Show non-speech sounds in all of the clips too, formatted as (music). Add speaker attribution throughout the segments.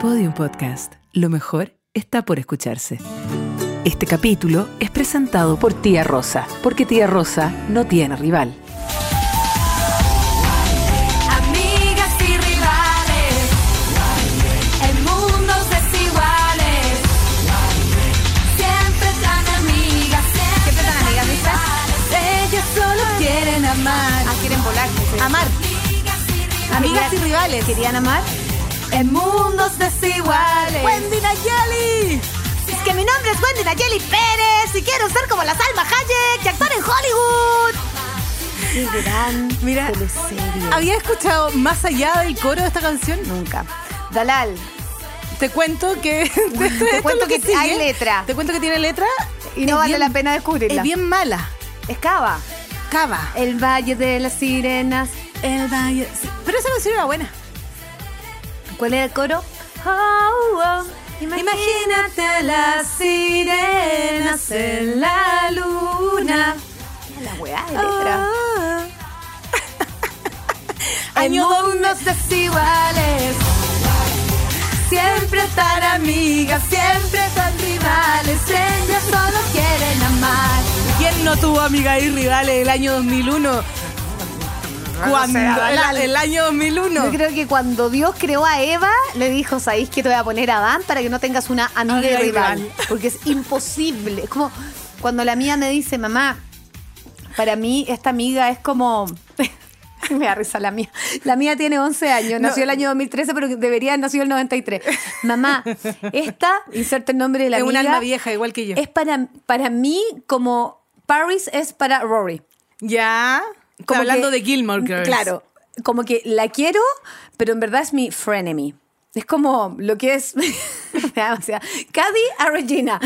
Speaker 1: Podium Podcast. Lo mejor está por escucharse. Este capítulo es presentado por Tía Rosa, porque Tía Rosa no tiene rival.
Speaker 2: Amigas y rivales, en mundos desiguales, siempre tan amigas, siempre tan rivales. Ellas solo quieren amar,
Speaker 3: Ah, quieren volar. Amar.
Speaker 2: Amigas y
Speaker 3: rivales. Querían amar.
Speaker 2: en mundos desiguales.
Speaker 3: ¡Wendy Nayeli! Es que mi nombre es Wendy Nayeli Pérez y quiero ser como la Salma Hayek y actuar en Hollywood. Qué gran
Speaker 4: Mira,
Speaker 3: teleserie.
Speaker 4: ¿había escuchado más allá del coro de esta canción?
Speaker 3: Nunca. Dalal,
Speaker 4: Te cuento que. (laughs) Te,
Speaker 3: (laughs) cuento que hay letra.
Speaker 4: Te cuento que tiene letra.
Speaker 3: y no
Speaker 4: Es
Speaker 3: vale
Speaker 4: bien-
Speaker 3: la pena descubrirla.
Speaker 4: Es bien mala.
Speaker 3: Escava.
Speaker 4: Cava.
Speaker 3: El Valle de las Sirenas.
Speaker 4: El valle- sí, Pero esa canción era buena.
Speaker 3: ¿Cuál era el coro? Oh, oh.
Speaker 4: Imagínate las sirenas en la luna. Oh,
Speaker 3: La weá de letra.
Speaker 4: Año
Speaker 3: mundos desiguales.
Speaker 2: Siempre tan amigas, siempre tan rivales, ellas solo quieren amar.
Speaker 4: ¿Quién no tuvo amiga y rivales el año 2001? Cuando el, el año 2001.
Speaker 3: Yo creo que cuando Dios creó a Eva, le dijo, ¿sabéis que te voy a poner a Adán para que no tengas una amiga y
Speaker 4: Amiga y
Speaker 3: rival?
Speaker 4: rival. (laughs)
Speaker 3: Porque es imposible. Es como cuando la mía me dice, mamá, para mí esta amiga es como... (laughs) Me da risa la mía. La mía tiene 11 años, nació el año 2013, pero debería haber nacido el 93.
Speaker 4: (laughs)
Speaker 3: Mamá, esta, inserta el nombre de la
Speaker 4: es un
Speaker 3: amiga,
Speaker 4: alma vieja, igual que yo.
Speaker 3: es para, para mí como Paris es para Rory.
Speaker 4: Ya. Como hablando
Speaker 3: que-
Speaker 4: de Gilmore Girls.
Speaker 3: Claro, como que la quiero, pero en verdad es mi frenemy. Es como lo que es, (laughs) o sea, Cady a Regina.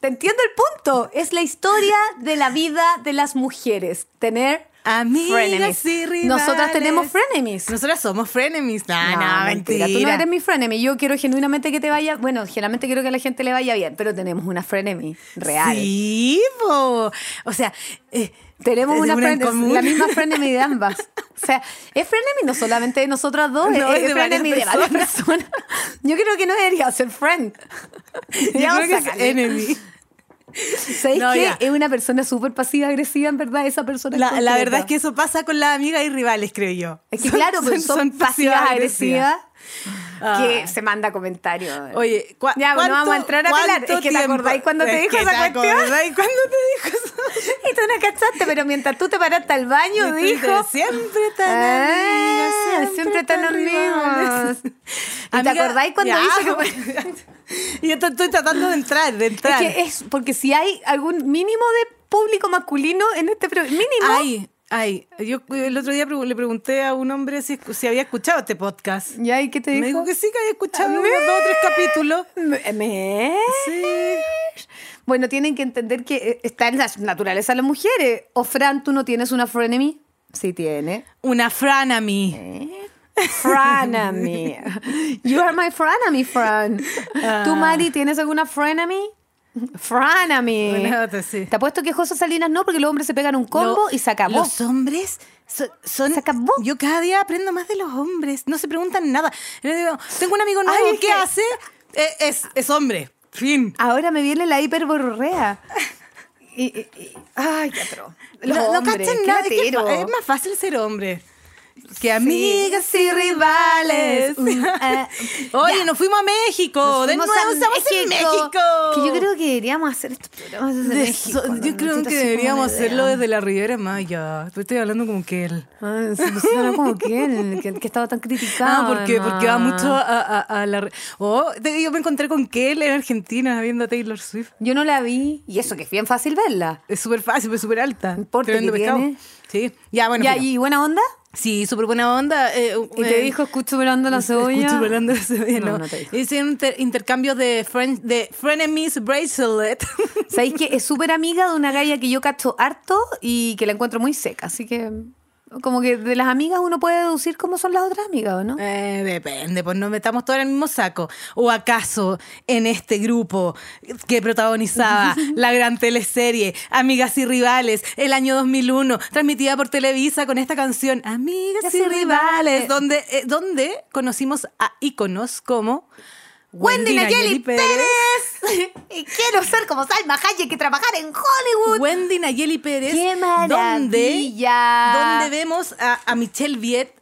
Speaker 3: Te entiendo el punto. Es la historia de la vida de las mujeres. Tener
Speaker 4: Amigas
Speaker 3: frenemies.
Speaker 4: y rivales.
Speaker 3: Nosotras tenemos frenemies.
Speaker 4: Nosotras somos frenemies. No, no, mentira.
Speaker 3: Tú no eres mi frenemy. Yo quiero genuinamente que te vaya. Bueno, generalmente quiero que a la gente le vaya bien, pero tenemos una frenemy real.
Speaker 4: Sí, po. O sea, eh,
Speaker 3: Tenemos
Speaker 4: es
Speaker 3: una,
Speaker 4: una en
Speaker 3: fren-
Speaker 4: común. (laughs)
Speaker 3: la misma frenemy de ambas. O sea, es frenemy no solamente de nosotras dos,
Speaker 4: No,
Speaker 3: es,
Speaker 4: es de
Speaker 3: es frenemy
Speaker 4: varias
Speaker 3: de varias personas. Yo creo que no debería ser friend.
Speaker 4: (laughs) yo
Speaker 3: Deberíamos
Speaker 4: creo que es
Speaker 3: sacarle.
Speaker 4: enemy.
Speaker 3: ¿Sabéis
Speaker 4: No,
Speaker 3: qué?
Speaker 4: ya.
Speaker 3: Es una persona súper pasiva agresiva, en verdad, esa persona. en
Speaker 4: La, la
Speaker 3: concreto.
Speaker 4: verdad es que eso pasa con las amigas y rivales, creo yo.
Speaker 3: Es que claro, pero son, pasivas agresivas
Speaker 4: Ah.
Speaker 3: que se manda comentarios.
Speaker 4: Oye, ¿cu
Speaker 3: Ya, bueno,
Speaker 4: cuánto-
Speaker 3: vamos a entrar a pilar.
Speaker 4: cuánto
Speaker 3: Es que te
Speaker 4: tiempo-
Speaker 3: acordáis cuando te
Speaker 4: Es
Speaker 3: dijo
Speaker 4: que
Speaker 3: esa
Speaker 4: te
Speaker 3: cuestión.
Speaker 4: acordáis cuando te dijo eso.
Speaker 3: (laughs) Y tú no cachaste, pero mientras tú te paraste al baño,
Speaker 4: Y tú
Speaker 3: dijo.
Speaker 4: dices, Siempre tan
Speaker 3: Ah,
Speaker 4: amigos,
Speaker 3: siempre tan amigos.
Speaker 4: rivales".
Speaker 3: ¿Y te
Speaker 4: Amiga,
Speaker 3: acordáis cuando
Speaker 4: ya, (laughs)
Speaker 3: hizo como-
Speaker 4: pues, (laughs) Y yo te- estoy tratando de entrar, de
Speaker 3: Es
Speaker 4: entrar.
Speaker 3: que eh, es porque si hay algún mínimo de público masculino en este programa, mínimo.
Speaker 4: Ay, ay. Yo eh, el otro día pregu- le pregunté a un hombre si, si había escuchado este podcast.
Speaker 3: ¿Y ahí qué te
Speaker 4: Me
Speaker 3: dijo?
Speaker 4: dijo que sí, que había escuchado
Speaker 3: A
Speaker 4: unos
Speaker 3: ver.
Speaker 4: dos o tres capítulos.
Speaker 3: Me- me-
Speaker 4: Sí.
Speaker 3: Bueno, tienen que entender que eh, está en la naturaleza de las mujeres. O Fran, ¿tú no tienes una frenemy? Sí tiene.
Speaker 4: Una Fran a mí.
Speaker 3: Frenemy. (laughs) You are my frenemy, Fran.
Speaker 4: Ah.
Speaker 3: ¿Tú, Mari, tienes alguna frenemy? Frenemy.
Speaker 4: Una otra, sí.
Speaker 3: Te apuesto que José Salinas no, porque los hombres se pegan un combo y se acabó.
Speaker 4: Los hombres so- son.
Speaker 3: Se acabó.
Speaker 4: Yo cada día aprendo más de los hombres. No se preguntan nada. Yo digo, tengo un amigo nuevo,
Speaker 3: Ay, es
Speaker 4: ¿qué
Speaker 3: que-
Speaker 4: hace? Eh, es, es hombre. Fin.
Speaker 3: Ahora me viene la hiperborrea. Y, y- y- ay, qué atro. Los
Speaker 4: no, no
Speaker 3: hombres,
Speaker 4: cachan
Speaker 3: qué
Speaker 4: nada. Es, que es
Speaker 3: latero.
Speaker 4: ma- es más fácil ser hombre. Que amigas y rivales.
Speaker 3: Mm, eh,
Speaker 4: (laughs) Oye, nos fuimos a México.
Speaker 3: Nos
Speaker 4: de
Speaker 3: fuimos
Speaker 4: nuevo
Speaker 3: a
Speaker 4: estamos en México.
Speaker 3: Que yo creo que deberíamos hacer estos programas desde
Speaker 4: De
Speaker 3: México.
Speaker 4: eso-
Speaker 3: ¿no?
Speaker 4: yo creo
Speaker 3: Necesito
Speaker 4: que
Speaker 3: así como
Speaker 4: deberíamos
Speaker 3: una idea.
Speaker 4: hacerlo desde la Riviera Maya. Tú estoy hablando como que él.
Speaker 3: Ah, se pusieron como que él, que, que estaba tan criticado.
Speaker 4: Ah, porque,
Speaker 3: además.
Speaker 4: porque va mucho a, a- a la... re- Oh, te- yo me encontré con Kel en Argentina viendo a Taylor Swift.
Speaker 3: Yo no la vi, y eso que es bien fácil verla.
Speaker 4: Es súper fácil, pero súper alta.
Speaker 3: No importa
Speaker 4: Tremendo
Speaker 3: que
Speaker 4: pescado.
Speaker 3: tiene.
Speaker 4: Sí, ya, bueno.
Speaker 3: y
Speaker 4: filo.
Speaker 3: ahí, ¿buena onda?
Speaker 4: Sí, súper buena onda. eh,
Speaker 3: Y te
Speaker 4: eh,
Speaker 3: dijo, escucho velando la cebolla.
Speaker 4: Escucho volando la (laughs) cebolla,
Speaker 3: No,
Speaker 4: no.
Speaker 3: no te dijo.
Speaker 4: Hice un inter- intercambio de, friend- de frenemies bracelet. (laughs)
Speaker 3: Sabéis que es súper amiga de una galla que yo cacho harto y que la encuentro muy seca, así que como que de las amigas uno puede deducir cómo son las otras amigas, ¿o no?
Speaker 4: Eh, depende, pues nos metamos todos en el mismo saco. ¿O acaso en este grupo que
Speaker 3: (laughs)
Speaker 4: protagonizaba la gran teleserie Amigas y Rivales, el año 2001, transmitida por Televisa con esta canción Amigas y,
Speaker 3: Y
Speaker 4: Rivales,
Speaker 3: Rivales.
Speaker 4: donde, eh, donde conocimos a íconos como
Speaker 3: Wendy Nayeli Pérez. y quiero ser como Salma Hayek que trabajar en
Speaker 4: (laughs)
Speaker 3: Hollywood.
Speaker 4: Wendy Nayeli Pérez,
Speaker 3: ¡Qué
Speaker 4: donde,
Speaker 3: maravilla!
Speaker 4: donde vemos a, a Michelle Viet,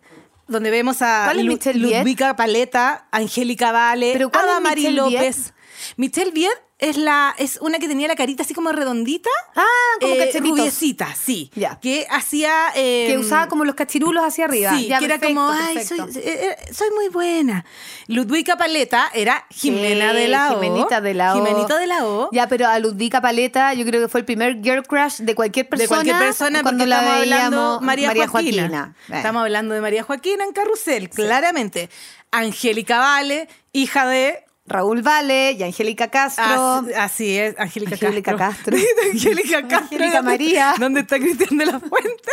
Speaker 4: donde vemos a
Speaker 3: ¿Cuál es Michelle Viet?
Speaker 4: Ludvika Paleta, Angélica Vale,
Speaker 3: ¿Pero cuál
Speaker 4: Ada
Speaker 3: es
Speaker 4: Mari
Speaker 3: Michelle Viet?
Speaker 4: López. Michelle Viet es la es una que tenía la carita así como redondita, eh,
Speaker 3: Ah, como cachetitos.
Speaker 4: rubiecita, sí,
Speaker 3: Ya.
Speaker 4: que hacía eh,
Speaker 3: que usaba como los cachirulos hacia arriba.
Speaker 4: Sí,
Speaker 3: Ya,
Speaker 4: que era
Speaker 3: perfecto,
Speaker 4: como, ay, soy,
Speaker 3: perfecto.
Speaker 4: eh, eh, soy muy buena. Ludvika Paleta era Jimena
Speaker 3: Sí,
Speaker 4: de la O.
Speaker 3: Jimenita de la O.
Speaker 4: Jimenita de la O.
Speaker 3: Ya, pero a Ludvica Paleta, yo creo que fue el primer girl crush de cualquier persona.
Speaker 4: de cualquier persona
Speaker 3: cuando
Speaker 4: porque
Speaker 3: la
Speaker 4: estamos hablando
Speaker 3: veíamos
Speaker 4: María, Joaquina.
Speaker 3: Eh.
Speaker 4: Estamos hablando de María Joaquina en Carrusel, claramente. Angélica Vale, hija de
Speaker 3: Raúl Vale y Angélica Castro.
Speaker 4: As- así es, Angélica Castro.
Speaker 3: Angélica Castro.
Speaker 4: (laughs) Angélica Castro.
Speaker 3: Angélica
Speaker 4: ¿dónde-
Speaker 3: María.
Speaker 4: ¿Dónde está Cristian de la Fuente?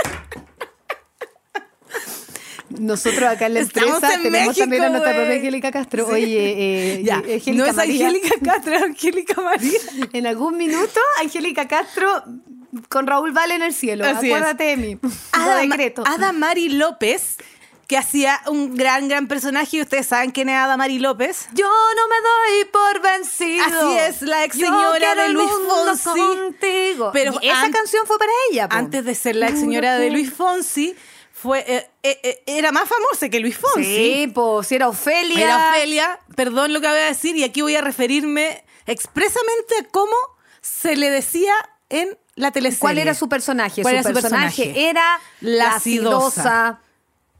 Speaker 3: Nosotros acá en la
Speaker 4: Estamos
Speaker 3: empresa
Speaker 4: en
Speaker 3: tenemos
Speaker 4: México,
Speaker 3: también a nuestra propia
Speaker 4: güey.
Speaker 3: Angélica Castro.
Speaker 4: Sí.
Speaker 3: (laughs) Oye, eh,
Speaker 4: ya.
Speaker 3: eh, Angélica
Speaker 4: no es
Speaker 3: María.
Speaker 4: Angélica Castro, es Angélica María.
Speaker 3: En algún minuto, Angélica Castro con Raúl Vale en el cielo.
Speaker 4: Así es.
Speaker 3: Acuérdate de mí. Lo
Speaker 4: Ada,
Speaker 3: decreto.
Speaker 4: Mari López, que hacía un gran, gran personaje, y ustedes saben quién es Ada Mari López.
Speaker 3: Yo no me doy por vencido.
Speaker 4: Así es, la ex
Speaker 3: Yo
Speaker 4: señora
Speaker 3: quiero
Speaker 4: de
Speaker 3: el
Speaker 4: Luis
Speaker 3: mundo
Speaker 4: Fonsi.
Speaker 3: Contigo.
Speaker 4: Pero
Speaker 3: Y esa
Speaker 4: an-
Speaker 3: canción fue para ella. po.
Speaker 4: antes de ser la ex señora de Luis Fonsi, fue, eh, eh, eh, era más famosa que Luis Fonsi.
Speaker 3: Sí, pues si era Ofelia.
Speaker 4: Era Ofelia, perdón lo que voy a decir, y aquí voy a referirme expresamente a cómo se le decía en la teleserie.
Speaker 3: ¿Cuál era su personaje?
Speaker 4: ¿Cuál
Speaker 3: su,
Speaker 4: era su
Speaker 3: personaje?
Speaker 4: personaje?
Speaker 3: era
Speaker 4: La
Speaker 3: la
Speaker 4: acidosa.
Speaker 3: acidosa.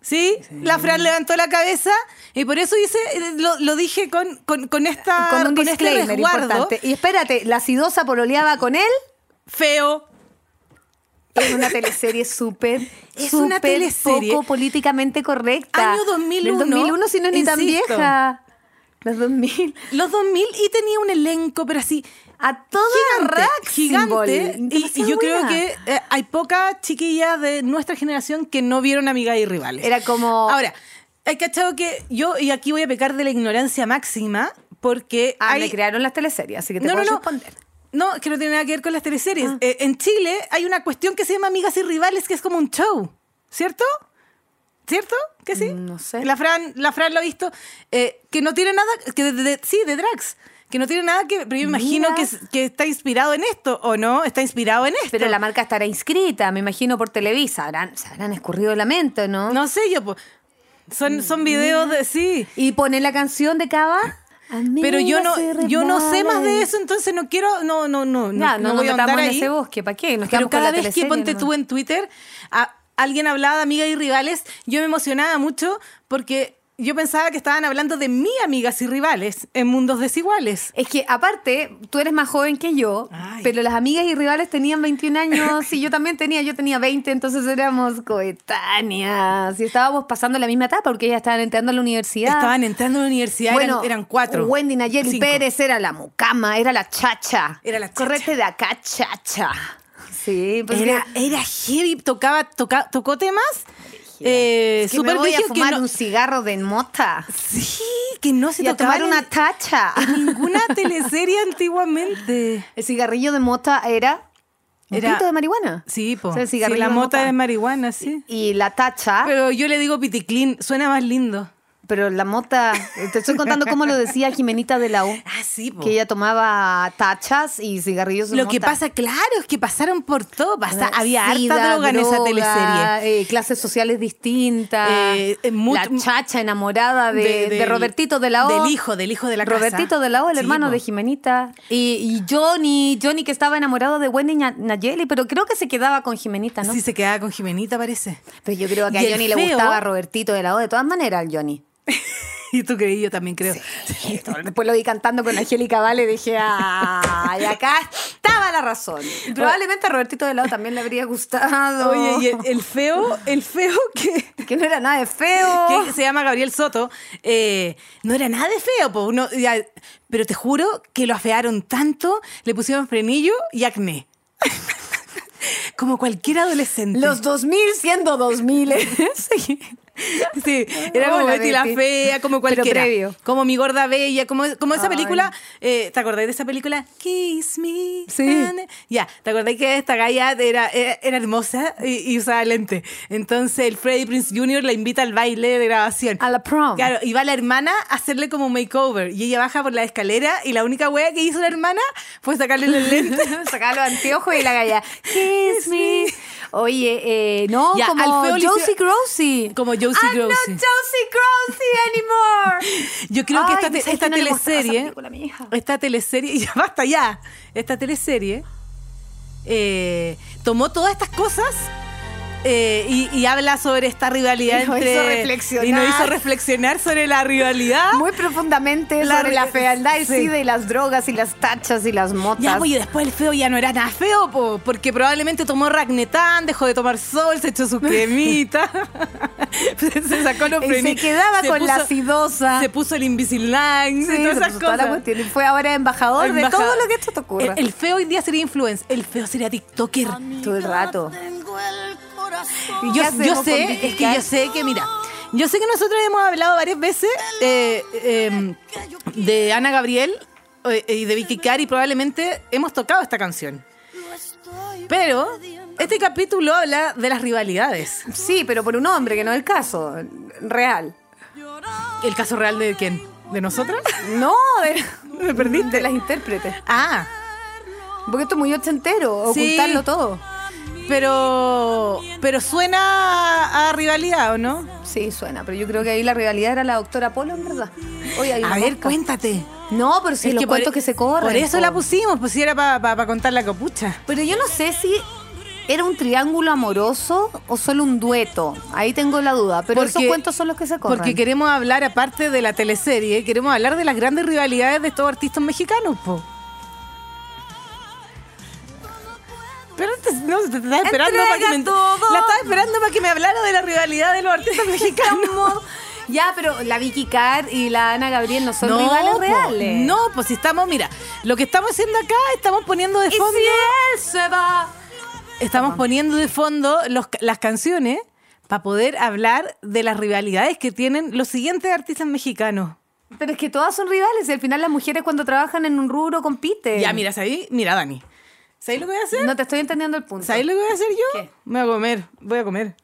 Speaker 4: ¿Sí? La Fran levantó la cabeza y por eso hice, eh, lo, lo dije con, con, con esta
Speaker 3: Con un
Speaker 4: este
Speaker 3: disclaimer
Speaker 4: resguardo.
Speaker 3: importante. Y espérate, la acidosa pololeaba con él
Speaker 4: Feo,
Speaker 3: en una teleserie (laughs) súper,
Speaker 4: Es
Speaker 3: súper
Speaker 4: una teleserie.
Speaker 3: poco políticamente correcta.
Speaker 4: Año 2001,
Speaker 3: Del 2001, si no es ni tan
Speaker 4: insisto.
Speaker 3: vieja. Los 2000.
Speaker 4: los 2000 y tenía un elenco, pero así...
Speaker 3: A toda rack
Speaker 4: gigante.
Speaker 3: symbol.
Speaker 4: Y, y yo
Speaker 3: Demasiado
Speaker 4: creo
Speaker 3: buena.
Speaker 4: que eh, hay pocas chiquillas de nuestra generación que no vieron Amiga y Rivales.
Speaker 3: Era como-
Speaker 4: Ahora, hay cachado que yo, y aquí voy a pecar de la ignorancia máxima, porque
Speaker 3: Ah,
Speaker 4: hay...
Speaker 3: me crearon las teleseries, así que te
Speaker 4: No, no,
Speaker 3: puedo
Speaker 4: no.
Speaker 3: responder.
Speaker 4: No, es que no tiene nada que ver con las
Speaker 3: Ah.
Speaker 4: teleseries. Eh, en Chile hay una cuestión que se llama Amigas y Rivales, que es como un show, ¿cierto? ¿Cierto? ¿Que sí?
Speaker 3: Mm, no sé.
Speaker 4: La Fran, la Fran lo ha visto. eh, que no tiene nada. que de- de- de- Sí, de drags. Que no tiene nada que. Pero yo imagino
Speaker 3: Mira.
Speaker 4: que, es- que está inspirado en esto, ¿o no? Está inspirado en esto.
Speaker 3: Pero la marca estará inscrita, me imagino, por Televisa. Habrán, se habrán escurrido el lamento, ¿no?
Speaker 4: No sé, yo. po- Son, son videos de. Sí.
Speaker 3: Y pone la canción de Cava.
Speaker 4: Pero yo no,
Speaker 3: Amigas y
Speaker 4: yo no sé más de
Speaker 3: rivales.
Speaker 4: eso, entonces no quiero. No, no, no.
Speaker 3: Ya, no, no,
Speaker 4: voy a
Speaker 3: metamos
Speaker 4: andar
Speaker 3: en
Speaker 4: ahí.
Speaker 3: ese bosque, ¿para qué? Nos
Speaker 4: Pero
Speaker 3: quedamos con la
Speaker 4: cada vez que
Speaker 3: teleserie
Speaker 4: ponte
Speaker 3: nomás.
Speaker 4: tú en Twitter, a- alguien hablaba de amigas y rivales, yo me emocionaba mucho porque yo pensaba que estaban hablando de mi amigas y rivales en mundos desiguales.
Speaker 3: Es que aparte, tú eres más joven que yo,
Speaker 4: Ay.
Speaker 3: pero las amigas y rivales tenían 21 años y yo también tenía, yo tenía 20, entonces éramos coetáneas y estábamos pasando la misma etapa porque ellas estaban entrando a la universidad.
Speaker 4: Estaban entrando a la universidad, eran- eran, cuatro.
Speaker 3: Wendy Nayeli
Speaker 4: Cinco.
Speaker 3: Pérez era la mucama, era la chacha.
Speaker 4: Era la chacha.
Speaker 3: Correte de acá, chacha. Sí, pues
Speaker 4: Era, era heavy, tocaba, toca- tocó temas eh,
Speaker 3: que
Speaker 4: súper
Speaker 3: me voy a
Speaker 4: brígidos que
Speaker 3: fumar
Speaker 4: no-
Speaker 3: un cigarro de mota
Speaker 4: Sí, que no se
Speaker 3: y a
Speaker 4: tocaba
Speaker 3: tomar
Speaker 4: en-
Speaker 3: una tacha.
Speaker 4: en ninguna teleserie antiguamente.
Speaker 3: El cigarrillo de mota era un
Speaker 4: Era-
Speaker 3: pito de marihuana.
Speaker 4: Sí, po.
Speaker 3: O sea, el
Speaker 4: Sí,
Speaker 3: cigarrillo Ah.
Speaker 4: la
Speaker 3: de
Speaker 4: mota
Speaker 3: mota.
Speaker 4: de marihuana, sí.
Speaker 3: Y la tacha, pero,
Speaker 4: Pero yo le digo piticlin, suena más lindo.
Speaker 3: la mota, te estoy contando cómo lo decía Jimenita de
Speaker 4: (laughs)
Speaker 3: la O,
Speaker 4: Ah, sí, po.
Speaker 3: que ella tomaba tachas y cigarrillos de
Speaker 4: Lo que
Speaker 3: mota.
Speaker 4: pasa, claro, es que pasaron por todo. Pasa, había harta
Speaker 3: Sida,
Speaker 4: droga en esa
Speaker 3: Ah, droga,
Speaker 4: teleserie.
Speaker 3: eh, clases sociales distintas.
Speaker 4: Eh, eh, mu-
Speaker 3: la chacha enamorada de,
Speaker 4: de-
Speaker 3: de
Speaker 4: del-
Speaker 3: Robertito de la O.
Speaker 4: del hijo, del hijo de la casa.
Speaker 3: Robertito de la O, el
Speaker 4: Sí,
Speaker 3: hermano
Speaker 4: po.
Speaker 3: de Jimenita. Y, y Johnny, Johnny que estaba enamorado de Wendy Ña- Nayeli, pero creo que se quedaba con Jimenita, ¿no?
Speaker 4: Sí, se quedaba con Jimenita, parece. (laughs)
Speaker 3: Pero yo creo que
Speaker 4: Y
Speaker 3: a
Speaker 4: el
Speaker 3: Johnny le
Speaker 4: feo-
Speaker 3: gustaba a Robertito de la O, de todas maneras, al Johnny.
Speaker 4: Y tú creí, yo también creo.
Speaker 3: (laughs) Después lo vi cantando con Angélica Vale y dije, ¡ay! Acá estaba la razón. Y Probablemente a Robertito de Lado también le habría gustado.
Speaker 4: Oye, y el, el feo, el feo (laughs) que,
Speaker 3: (laughs) Que no era nada de feo.
Speaker 4: que se llama Gabriel Soto, eh, no era nada de feo, po. Uno- ya- pero te juro que lo afearon tanto, le pusieron frenillo y acné. (laughs) como cualquier adolescente.
Speaker 3: Los 2000 siendo eh, 2000.
Speaker 4: (laughs)
Speaker 3: sí.
Speaker 4: Sí, era como
Speaker 3: Hola,
Speaker 4: Betty la
Speaker 3: Betty.
Speaker 4: Fea, como cualquiera.
Speaker 3: previo.
Speaker 4: Como Mi Gorda Bella, como, como esa
Speaker 3: Ay.
Speaker 4: película. eh, ¿Te acordáis de esa película? Kiss Me.
Speaker 3: Sí.
Speaker 4: and- Ya, ¿te acordáis que esta galla era, eh, era, era hermosa y, y usaba lente? Entonces el Freddy Prince Jr. la invita al baile de grabación.
Speaker 3: A la prom.
Speaker 4: Claro, y va la hermana a hacerle como un makeover. Y ella baja por la escalera y la única wea que hizo la hermana fue sacarle
Speaker 3: (laughs)
Speaker 4: los lentes.
Speaker 3: (laughs) Sacaba los anteojos y la galla. Kiss me. Oye, eh, no,
Speaker 4: Ya,
Speaker 3: como
Speaker 4: al feo le
Speaker 3: Josie
Speaker 4: hicieron-
Speaker 3: Grossi.
Speaker 4: Como Josie
Speaker 3: I'm not
Speaker 4: Grossi.
Speaker 3: Josie Grossi anymore.
Speaker 4: Yo creo que
Speaker 3: Ay,
Speaker 4: esta, te-
Speaker 3: ¿sabes que
Speaker 4: esta
Speaker 3: no le mostraba esa
Speaker 4: teleserie.
Speaker 3: película a mi hija?
Speaker 4: Esta teleserie. (laughs) Ya basta ya. Esta teleserie eh, tomó todas estas cosas. eh, y, y habla sobre esta rivalidad
Speaker 3: Y nos
Speaker 4: entre-
Speaker 3: hizo reflexionar.
Speaker 4: y nos hizo reflexionar sobre la rivalidad
Speaker 3: Muy profundamente
Speaker 4: La
Speaker 3: sobre la
Speaker 4: re-
Speaker 3: fealdad, el
Speaker 4: sí.
Speaker 3: SIDA y las drogas y las tachas y las motas.
Speaker 4: Ya, pues, y después el feo ya no era nada feo, po, porque probablemente tomó Ragnetán, dejó de tomar sol, se echó
Speaker 3: (laughs)
Speaker 4: su cremita, (laughs) se sacó los
Speaker 3: Y se quedaba con la acidosa.
Speaker 4: Se puso el Invisalign,
Speaker 3: Sí,
Speaker 4: y todas
Speaker 3: se
Speaker 4: esas
Speaker 3: puso toda la
Speaker 4: cosas.
Speaker 3: cuestión. Y fue ahora embajador, de
Speaker 4: Embajador.
Speaker 3: todo lo que esto te ocurra.
Speaker 4: El, el feo hoy día sería influencer, el feo sería TikToker.
Speaker 3: todo el rato.
Speaker 4: Y
Speaker 3: ¿Qué
Speaker 4: Yo,
Speaker 3: hacemos
Speaker 4: yo
Speaker 3: con
Speaker 4: sé,
Speaker 3: Vicky
Speaker 4: es que yo
Speaker 3: Cat?
Speaker 4: sé que, mira, yo sé que nosotros hemos hablado varias veces eh, eh, de Ana Gabriel eh, y de Vicky Carr y probablemente hemos tocado esta canción. Pero este capítulo habla de las rivalidades.
Speaker 3: Sí, pero por un hombre, que no es el caso. Real.
Speaker 4: ¿El caso real de quién? ¿De nosotras?
Speaker 3: No,
Speaker 4: (laughs)
Speaker 3: de,
Speaker 4: Me perdiste.
Speaker 3: de las intérpretes.
Speaker 4: Ah,
Speaker 3: Porque esto es muy ochentero,
Speaker 4: Sí.
Speaker 3: ocultarlo todo.
Speaker 4: pero, pero suena a rivalidad, ¿o no?
Speaker 3: Sí, suena, pero yo creo que ahí la rivalidad era la doctora Polo, en verdad. Oye, hay una
Speaker 4: A ver,
Speaker 3: mosca.
Speaker 4: cuéntate.
Speaker 3: No, pero si los
Speaker 4: por-
Speaker 3: cuentos que se corren. oh.
Speaker 4: Por eso
Speaker 3: po.
Speaker 4: la pusimos, pues si era para contar la capucha.
Speaker 3: Pero yo no sé si era un triángulo amoroso o solo un dueto. Ahí tengo la duda. Pero esos cuentos son los que se corren.
Speaker 4: Porque queremos hablar, aparte de la teleserie, queremos hablar de las grandes rivalidades de estos artistas mexicanos, po. Pero te, no, te estaba esperando
Speaker 3: Entrega
Speaker 4: para que me,
Speaker 3: todo.
Speaker 4: La estaba esperando para que me hablara de la rivalidad de los
Speaker 3: (laughs)
Speaker 4: artistas mexicanos.
Speaker 3: Ya, pero la Vicky Carr y la Ana Gabriel no son rivales
Speaker 4: po.
Speaker 3: reales.
Speaker 4: No, pues si estamos, mira, lo que estamos haciendo acá, estamos poniendo de
Speaker 3: Y si
Speaker 4: fondo.
Speaker 3: él se va.
Speaker 4: Estamos poniendo de fondo los ca- las canciones para poder hablar de las rivalidades que tienen los siguientes artistas mexicanos.
Speaker 3: Pero es que todas son rivales y al final las mujeres cuando trabajan en un rubro compiten.
Speaker 4: Ya, mira, ¿sabí? Mira, Dani. ¿Sabéis lo que voy a hacer?
Speaker 3: No te estoy entendiendo el punto.
Speaker 4: ¿Sabéis lo que voy a hacer yo?
Speaker 3: ¿Qué?
Speaker 4: Me voy a comer, voy a comer.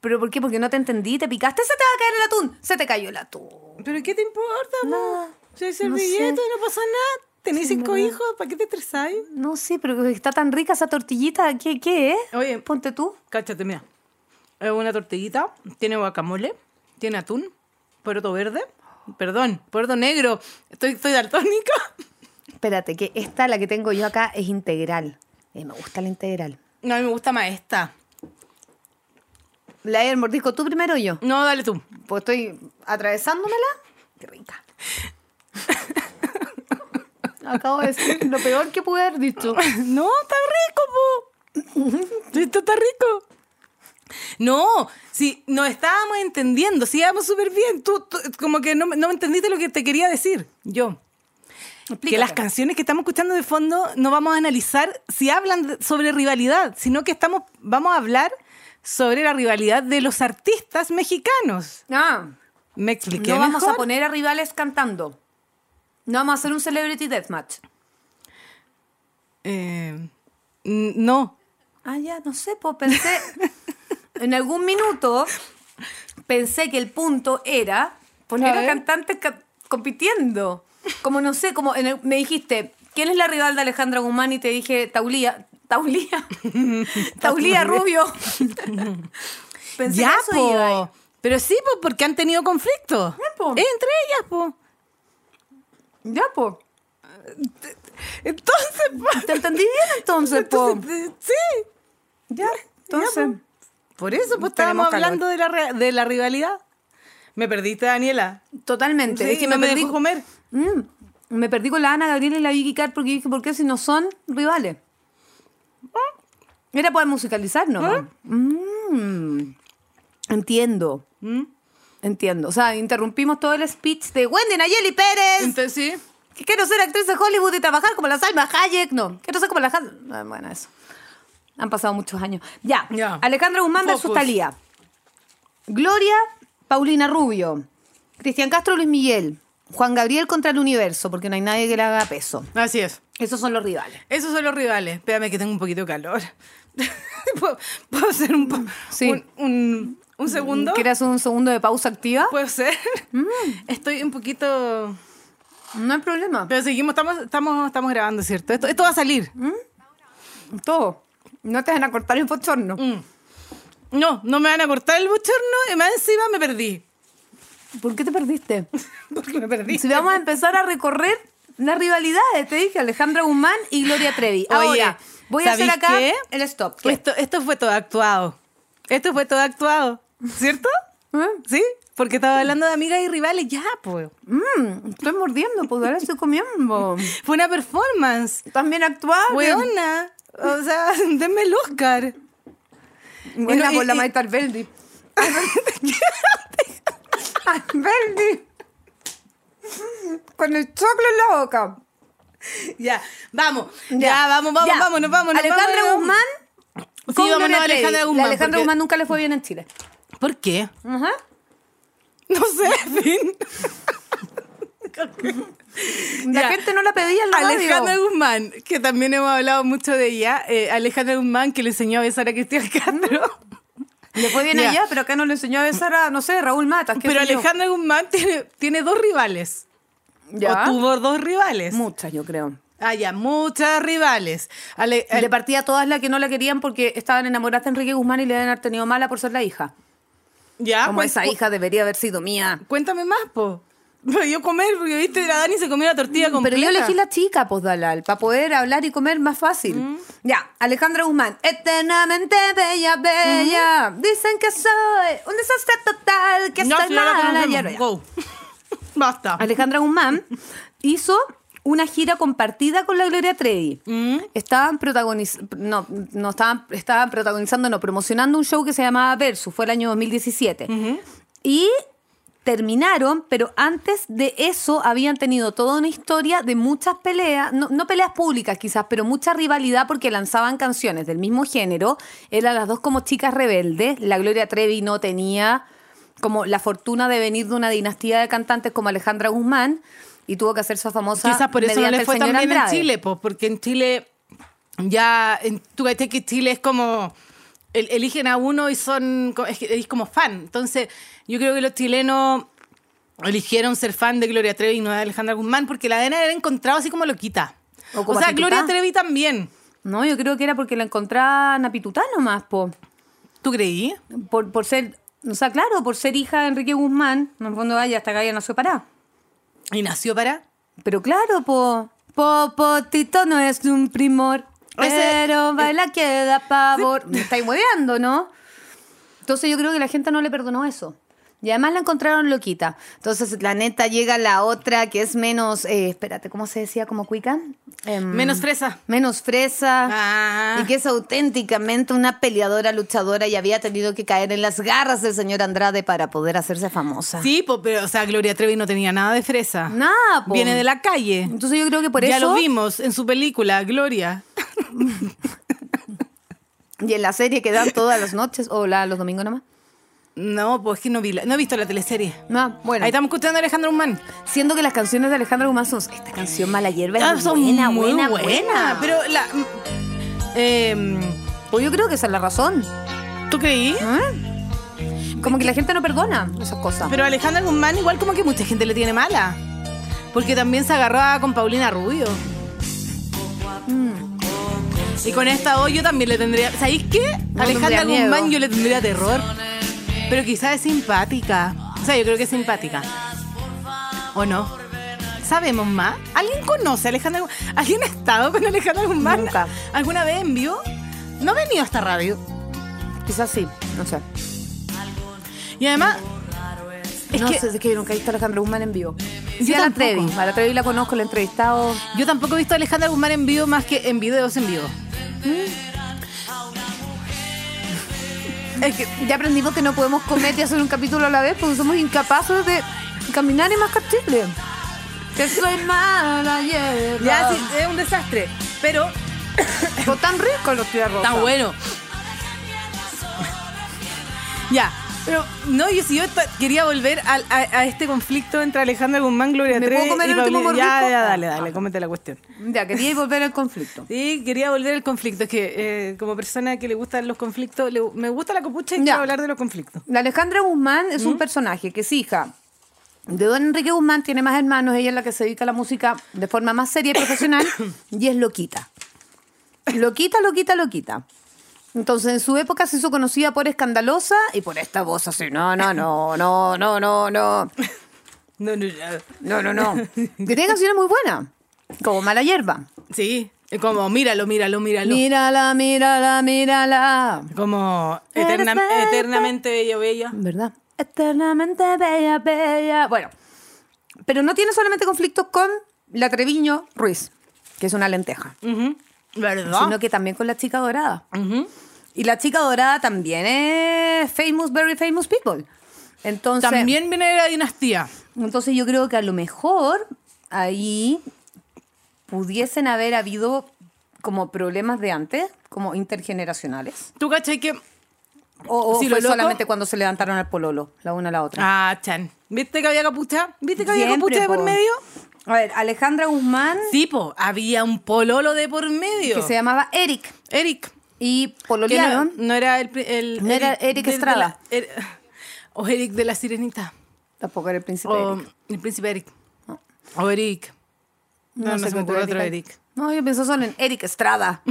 Speaker 3: ¿Pero por qué? Porque no te entendí, te picaste, se te va a caer el atún. Se te cayó el atún.
Speaker 4: ¿Pero qué te importa,
Speaker 3: Nada,
Speaker 4: po? Soy
Speaker 3: no sé.
Speaker 4: servilleta, no pasa nada. Tenéis
Speaker 3: Sí,
Speaker 4: cinco
Speaker 3: verdad.
Speaker 4: hijos, ¿para qué te estresáis?
Speaker 3: No, sí, pero está tan rica esa tortillita. ¿Qué, qué es?
Speaker 4: Oye.
Speaker 3: Ponte tú.
Speaker 4: Cáchate, mira. Es una tortillita, tiene guacamole, tiene atún, poroto verde, perdón, poroto negro. Estoy, estoy daltónica. (laughs)
Speaker 3: Espérate, que esta, la que tengo yo acá, es integral. Eh, me gusta la integral.
Speaker 4: No, a mí me gusta más esta.
Speaker 3: ¿La del mordisco tú primero o yo?
Speaker 4: No, dale tú.
Speaker 3: Pues estoy atravesándomela. Qué rica. (laughs) Acabo de decir lo peor que pude haber dicho.
Speaker 4: (laughs) No, está rico, po. Esto está rico. No, si nos estábamos entendiendo, si íbamos súper bien. Tú, tú, como que no, me- no me entendiste lo que te quería decir. Yo. Que las
Speaker 3: Explícate.
Speaker 4: canciones que estamos escuchando de fondo no vamos a analizar si hablan de- sobre rivalidad, sino que estamos, vamos a hablar sobre la rivalidad de los artistas mexicanos.
Speaker 3: Ah,
Speaker 4: ¿Me expliqué
Speaker 3: no vamos
Speaker 4: mejor?
Speaker 3: a poner a rivales cantando. No vamos a hacer un celebrity deathmatch.
Speaker 4: Eh, n- no.
Speaker 3: Ah, ya, no sé, pues
Speaker 4: (laughs)
Speaker 3: pensé. en algún minuto pensé que el punto era
Speaker 4: A
Speaker 3: poner a,
Speaker 4: ver.
Speaker 3: cantantes ca- compitiendo. Como no sé, como en el- me dijiste, ¿quién es la rival de Alejandra Guzmán? Y te dije, Taulía.
Speaker 4: (laughs)
Speaker 3: Taulía. Taulía Rubio. pensé
Speaker 4: ya,
Speaker 3: que eso
Speaker 4: po.
Speaker 3: iba ahí.
Speaker 4: Pero sí, po, porque han tenido conflictos.
Speaker 3: po.
Speaker 4: Entre ellas, po.
Speaker 3: Ya, po.
Speaker 4: Entonces, po.
Speaker 3: ¿Te entendí bien entonces, po?
Speaker 4: Entonces, eh, sí.
Speaker 3: Ya, entonces.
Speaker 4: Por eso, pues estábamos
Speaker 3: Tenemos calor.
Speaker 4: hablando de la, re- de la rivalidad. Me perdiste, Daniela.
Speaker 3: Totalmente. es que me, perdí,
Speaker 4: dejó comer.
Speaker 3: Mm, me perdí con la Ana Gabriel y la Vicky Carr porque dije, ¿por qué si no son rivales? Era poder musicalizar, ¿no? Entiendo. Entiendo. O sea, interrumpimos todo el speech de Wendy Nayeli Pérez.
Speaker 4: Entonces, sí.
Speaker 3: que quiero ser actriz de Hollywood y trabajar como la Salma Hayek. No, quiero ser como la... Ha- Ah, Bueno, eso. Han pasado muchos años. Ya.
Speaker 4: Ya.
Speaker 3: Alejandra Guzmán versus
Speaker 4: Focus.
Speaker 3: Talía. Gloria, Paulina Rubio. Cristian Castro, Luis Miguel. Juan Gabriel contra el universo, porque no hay nadie que le haga peso.
Speaker 4: Así es.
Speaker 3: Esos son los rivales.
Speaker 4: Esos son los rivales. Espérame que tengo un poquito de calor. (laughs) ¿Puedo, puedo hacer un, po-
Speaker 3: Sí.
Speaker 4: un, un- un segundo?
Speaker 3: ¿Quieres hacer un segundo de pausa activa?
Speaker 4: ¿Puedo ser?
Speaker 3: Mm.
Speaker 4: Estoy un poquito...
Speaker 3: No hay problema.
Speaker 4: Pero seguimos, estamos, estamos, estamos grabando, ¿cierto? Esto, esto va a salir.
Speaker 3: Todo. No te van a cortar el bochorno.
Speaker 4: Mm. No, no me van a cortar el bochorno y más encima me perdí. (laughs)
Speaker 3: ¿Por qué te perdiste?
Speaker 4: Porque me perdí.
Speaker 3: Si vamos a empezar a recorrer las rivalidades, te dije, Alejandra Guzmán y Gloria Trevi.
Speaker 4: Oye,
Speaker 3: Ahora, voy a hacer
Speaker 4: ¿sabís
Speaker 3: acá
Speaker 4: qué?
Speaker 3: el stop. ¿Qué?
Speaker 4: Esto, esto fue todo actuado. Esto fue todo actuado. ¿Cierto?
Speaker 3: ¿Eh?
Speaker 4: ¿Sí? Porque estaba hablando de amigas y rivales. Ya, pues.
Speaker 3: Mm, estoy mordiendo, pues ahora
Speaker 4: (laughs)
Speaker 3: estoy comiendo.
Speaker 4: Fue una performance.
Speaker 3: También actuar.
Speaker 4: Weona. O sea, (laughs) denme el Oscar.
Speaker 3: Buena
Speaker 4: Y no-
Speaker 3: por la
Speaker 4: y- y- (laughs)
Speaker 3: maestra Alberdi. Alberdi. Con el choclo en la boca.
Speaker 4: Ya, vamos. Ya, vamos, vamos,
Speaker 3: ya.
Speaker 4: vamos, nos vamos. nos
Speaker 3: Alejandra
Speaker 4: vamos.
Speaker 3: Guzmán.
Speaker 4: Sí,
Speaker 3: con
Speaker 4: vámonos
Speaker 3: Gloria
Speaker 4: a Alejandra
Speaker 3: Trevi.
Speaker 4: Guzmán,
Speaker 3: La Alejandra
Speaker 4: porque-
Speaker 3: Guzmán nunca le fue bien en Chile.
Speaker 4: ¿Por qué? (laughs)
Speaker 3: Ajá.
Speaker 4: No sé, fin.
Speaker 3: La
Speaker 4: Ya.
Speaker 3: gente Ah, no la pedía en la
Speaker 4: Alejandra
Speaker 3: radio.
Speaker 4: Guzmán, que también hemos hablado mucho de ella. eh, Alejandra Guzmán, que le enseñó a besar a Cristian Castro.
Speaker 3: Mm, Le fue bien
Speaker 4: Ya.
Speaker 3: allá, pero acá no le enseñó a besar a, no sé, Raúl Matas. qué
Speaker 4: Pero
Speaker 3: sé yo.
Speaker 4: Alejandra Guzmán tiene, tiene dos rivales.
Speaker 3: Ya.
Speaker 4: O tuvo dos rivales.
Speaker 3: Muchas, yo creo.
Speaker 4: Ah, ya, muchas rivales. Ale- eh,
Speaker 3: Le partía a todas las que no la querían porque estaban enamoradas de Enrique Guzmán y le deben haber tenido mala por ser la hija.
Speaker 4: ya,
Speaker 3: Como
Speaker 4: pues,
Speaker 3: esa
Speaker 4: cu-
Speaker 3: hija debería haber sido mía.
Speaker 4: Cuéntame más, po. Me dio comer, porque viste, la Dani se comió la tortilla completa.
Speaker 3: Mm, Pero yo elegí la chica, pues Dalal, para poder hablar y comer más fácil.
Speaker 4: Mm.
Speaker 3: Ya, Alejandra Guzmán. Eternamente bella, bella. Dicen que soy un desastre total, que
Speaker 4: Mm. No,
Speaker 3: estoy
Speaker 4: si no la
Speaker 3: mal.
Speaker 4: conocemos.
Speaker 3: Ya, ya.
Speaker 4: Go. (laughs) Basta.
Speaker 3: Alejandra Guzmán hizo una gira compartida con la Gloria Trevi. Estaban protagonizando, no, no estaban, estaban protagonizando, no, promocionando un show que se llamaba Versus, fue el año 2017. Y terminaron, pero antes de eso habían tenido toda una historia de muchas peleas, no, no peleas públicas quizás, pero mucha rivalidad porque lanzaban canciones del mismo género, eran las dos como chicas rebeldes, la Gloria Trevi no tenía como la fortuna de venir de una dinastía de cantantes como Alejandra Guzmán y tuvo que hacerse famosa
Speaker 4: Quizás por eso no
Speaker 3: mediante
Speaker 4: le
Speaker 3: el
Speaker 4: fue tan
Speaker 3: señor
Speaker 4: bien en
Speaker 3: Andrade.
Speaker 4: Chile, po, porque en Chile ya, en, tú caché que Chile es como, el- eligen a uno y son, co- es, que es como fan. Entonces, yo creo que los chilenos eligieron ser fan de Gloria Trevi y no de Alejandra Guzmán, porque la Dena era encontrado así como loquita.
Speaker 3: O
Speaker 4: O,
Speaker 3: como
Speaker 4: sea,
Speaker 3: así,
Speaker 4: Gloria
Speaker 3: papá.
Speaker 4: Trevi también.
Speaker 3: No, yo creo que era porque la encontraban a Pitutá nomás, po.
Speaker 4: ¿Tú creí?
Speaker 3: Por, por ser, o sea, claro, por ser hija de Enrique Guzmán, en el fondo, vaya, hasta acá ya nació pará.
Speaker 4: Y nació para...
Speaker 3: Pero claro, po. Popotito no es un primor.
Speaker 4: Ah, Ese-
Speaker 3: Pero baila que da pavor. Me estáis hueveando, ¿no? Entonces yo creo que la gente no le perdonó eso. Y además la encontraron loquita. Entonces la neta llega la otra que es menos, eh, espérate, ¿cómo se decía? ¿Como cuica? Em,
Speaker 4: Menos fresa.
Speaker 3: menos fresa.
Speaker 4: Ah.
Speaker 3: Y que es auténticamente una peleadora, luchadora y había tenido que caer en las garras del señor Andrade para poder hacerse famosa.
Speaker 4: Sí, po, pero, o sea, Gloria Trevi no tenía nada de fresa.
Speaker 3: Nada, po.
Speaker 4: Viene de la calle.
Speaker 3: Entonces yo creo que por
Speaker 4: ya
Speaker 3: eso...
Speaker 4: lo vimos en su película, Gloria.
Speaker 3: Y en la serie que dan todas las noches o la, los domingos nomás.
Speaker 4: No, pues que no vi la- no he visto la teleserie.
Speaker 3: No, bueno.
Speaker 4: Ahí estamos escuchando a Alejandro Guzmán.
Speaker 3: Siendo que las canciones de Alejandro Guzmán son esta canción Mala Hierba es
Speaker 4: Ah,
Speaker 3: muy
Speaker 4: son
Speaker 3: buena,
Speaker 4: muy
Speaker 3: buena, buena,
Speaker 4: buenas, Pero la. eh,
Speaker 3: Pues yo creo que esa es la razón.
Speaker 4: ¿Tú creí?
Speaker 3: ¿eh? Como que la gente no perdona esas cosas.
Speaker 4: Pero Alejandro Guzmán, igual como que mucha gente le tiene mala. Porque también se agarró a- con Paulina Rubio. Mm. Y con esta hoy yo también le tendría. ¿Sabéis qué?
Speaker 3: No
Speaker 4: A Alejandra
Speaker 3: tendría miedo.
Speaker 4: Guzmán yo le tendría terror. Pero quizás es simpática. O sea, yo creo que es simpática. ¿O no? ¿Sabemos más? ¿Alguien conoce a Alejandra Guzmán? ¿Alguien ha estado con Alejandra Guzmán?
Speaker 3: Nunca.
Speaker 4: ¿Alguna vez en vivo? No ha venido a esta radio.
Speaker 3: Quizás sí, no sé.
Speaker 4: Y además. Es
Speaker 3: no
Speaker 4: que
Speaker 3: sé, es que yo nunca he visto a Alejandro Guzmán en vivo. Sí,
Speaker 4: Yo
Speaker 3: a la
Speaker 4: tampoco.
Speaker 3: Trevi. A la Trevi la conozco, la he entrevistado.
Speaker 4: Yo tampoco he visto a Alejandra Guzmán en vivo más que en videos en vivo.
Speaker 3: Es que ya aprendimos que no podemos comer y hacer un capítulo a la vez porque somos incapaces de caminar y mascar chicle. Que soy mala hierba.
Speaker 4: Ya, sí, es un desastre. Pero
Speaker 3: Pero tan rico los tía Rosa.
Speaker 4: Está bueno. (laughs) Ya. Pero no, yo si yo ta- quería volver al- a, a este conflicto entre Alejandra Guzmán, Gloria
Speaker 3: ¿Me puedo
Speaker 4: Trevi
Speaker 3: comer
Speaker 4: y
Speaker 3: el último
Speaker 4: Paulina- Ya,
Speaker 3: mordisco?
Speaker 4: ya, dale, dale, cómete la cuestión.
Speaker 3: Ya, quería ir volver al conflicto.
Speaker 4: Sí, quería volver al conflicto. Es que eh, como persona que le gustan los conflictos, le- me gusta la copucha y
Speaker 3: Ya.
Speaker 4: quiero hablar de los conflictos.
Speaker 3: La Alejandra Guzmán es un personaje que es hija de don Enrique Guzmán, tiene más hermanos, ella es la que se dedica a la música de forma más seria y profesional y es loquita. Loquita, loquita, loquita. Entonces en su época se hizo conocida por escandalosa y por esta voz así, no, no, no, no, no, no, no,
Speaker 4: No, no, ya.
Speaker 3: no, no, no. Que tiene canciones muy buenas, como Mala Hierba.
Speaker 4: Sí, es como míralo, míralo, míralo.
Speaker 3: Mírala, mírala, mírala.
Speaker 4: Como eterna-
Speaker 3: Perfecta.
Speaker 4: eternamente bella, bella.
Speaker 3: ¿Verdad? Eternamente bella, bella. Bueno, pero no tiene solamente conflictos con la Treviño Ruiz, que es una lenteja,
Speaker 4: Ujú.
Speaker 3: sino
Speaker 4: ¿Verdad?
Speaker 3: que también con la chica dorada.
Speaker 4: Ujú.
Speaker 3: Y la chica dorada también es famous, very famous people. Entonces,
Speaker 4: También viene de la dinastía.
Speaker 3: entonces yo creo que a lo mejor ahí pudiesen haber habido como problemas de antes, como intergeneracionales.
Speaker 4: ¿Tú cachai que
Speaker 3: O, o
Speaker 4: Si lo
Speaker 3: fue
Speaker 4: loco-
Speaker 3: solamente cuando se levantaron al pololo, la una a la otra.
Speaker 4: Ah, Chan. ¿Viste que había capucha? ¿Viste que había
Speaker 3: Siempre,
Speaker 4: capucha de por
Speaker 3: po.
Speaker 4: medio?
Speaker 3: A ver, Alejandra Guzmán,
Speaker 4: Sí, po. Había un pololo de por medio.
Speaker 3: que se llamaba Eric,
Speaker 4: Eric.
Speaker 3: y
Speaker 4: Que no,
Speaker 3: pololearon.
Speaker 4: no era el. pri- el-
Speaker 3: No era Eric
Speaker 4: de- de
Speaker 3: Estrada.
Speaker 4: la- er- (laughs) o Eric de la Sirenita.
Speaker 3: Tampoco era el príncipe
Speaker 4: o
Speaker 3: Eric. Ah.
Speaker 4: el príncipe Eric. O Eric. No, no, se me
Speaker 3: encontró
Speaker 4: ocurre otro Eric.
Speaker 3: No, yo pienso solo en
Speaker 4: (laughs)
Speaker 3: Eric Estrada.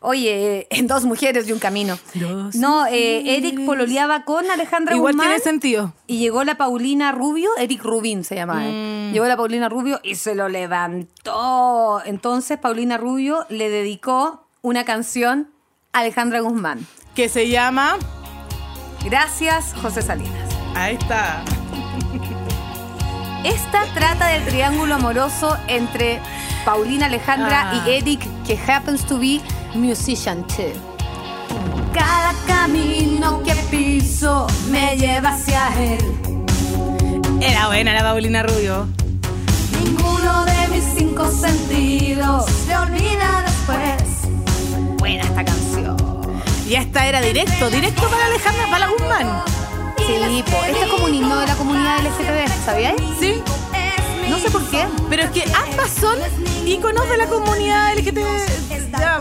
Speaker 3: Oye, eh, en dos mujeres de un camino.
Speaker 4: Dos
Speaker 3: no, eh, Eric pololeaba con Alejandra
Speaker 4: Igual
Speaker 3: Guzmán.
Speaker 4: tiene sentido.
Speaker 3: Y llegó la Paulina Rubio, Eric Rubin se llamaba. él.
Speaker 4: Mm.
Speaker 3: Llegó la Paulina Rubio y se lo levantó. Entonces Paulina Rubio le dedicó una canción a Alejandra Guzmán.
Speaker 4: Que se llama.
Speaker 3: Gracias, José Salinas.
Speaker 4: Ahí está.
Speaker 3: Esta trata del triángulo amoroso entre Paulina Alejandra
Speaker 4: Ah.
Speaker 3: y Eric, que happens to be musician too. Cada camino que piso me lleva hacia él.
Speaker 4: Era buena la Paulina Rubio.
Speaker 3: Ninguno de mis cinco sentidos se olvida después. Buena esta canción.
Speaker 4: Y esta era directo, directo para Alejandra, para la Guzmán.
Speaker 3: Sí, po, esto es como un himno de la comunidad LGTB, ¿sabíais?
Speaker 4: Sí.
Speaker 3: No sé por qué.
Speaker 4: Pero es que ambas son íconos de la comunidad LGTB. Ya,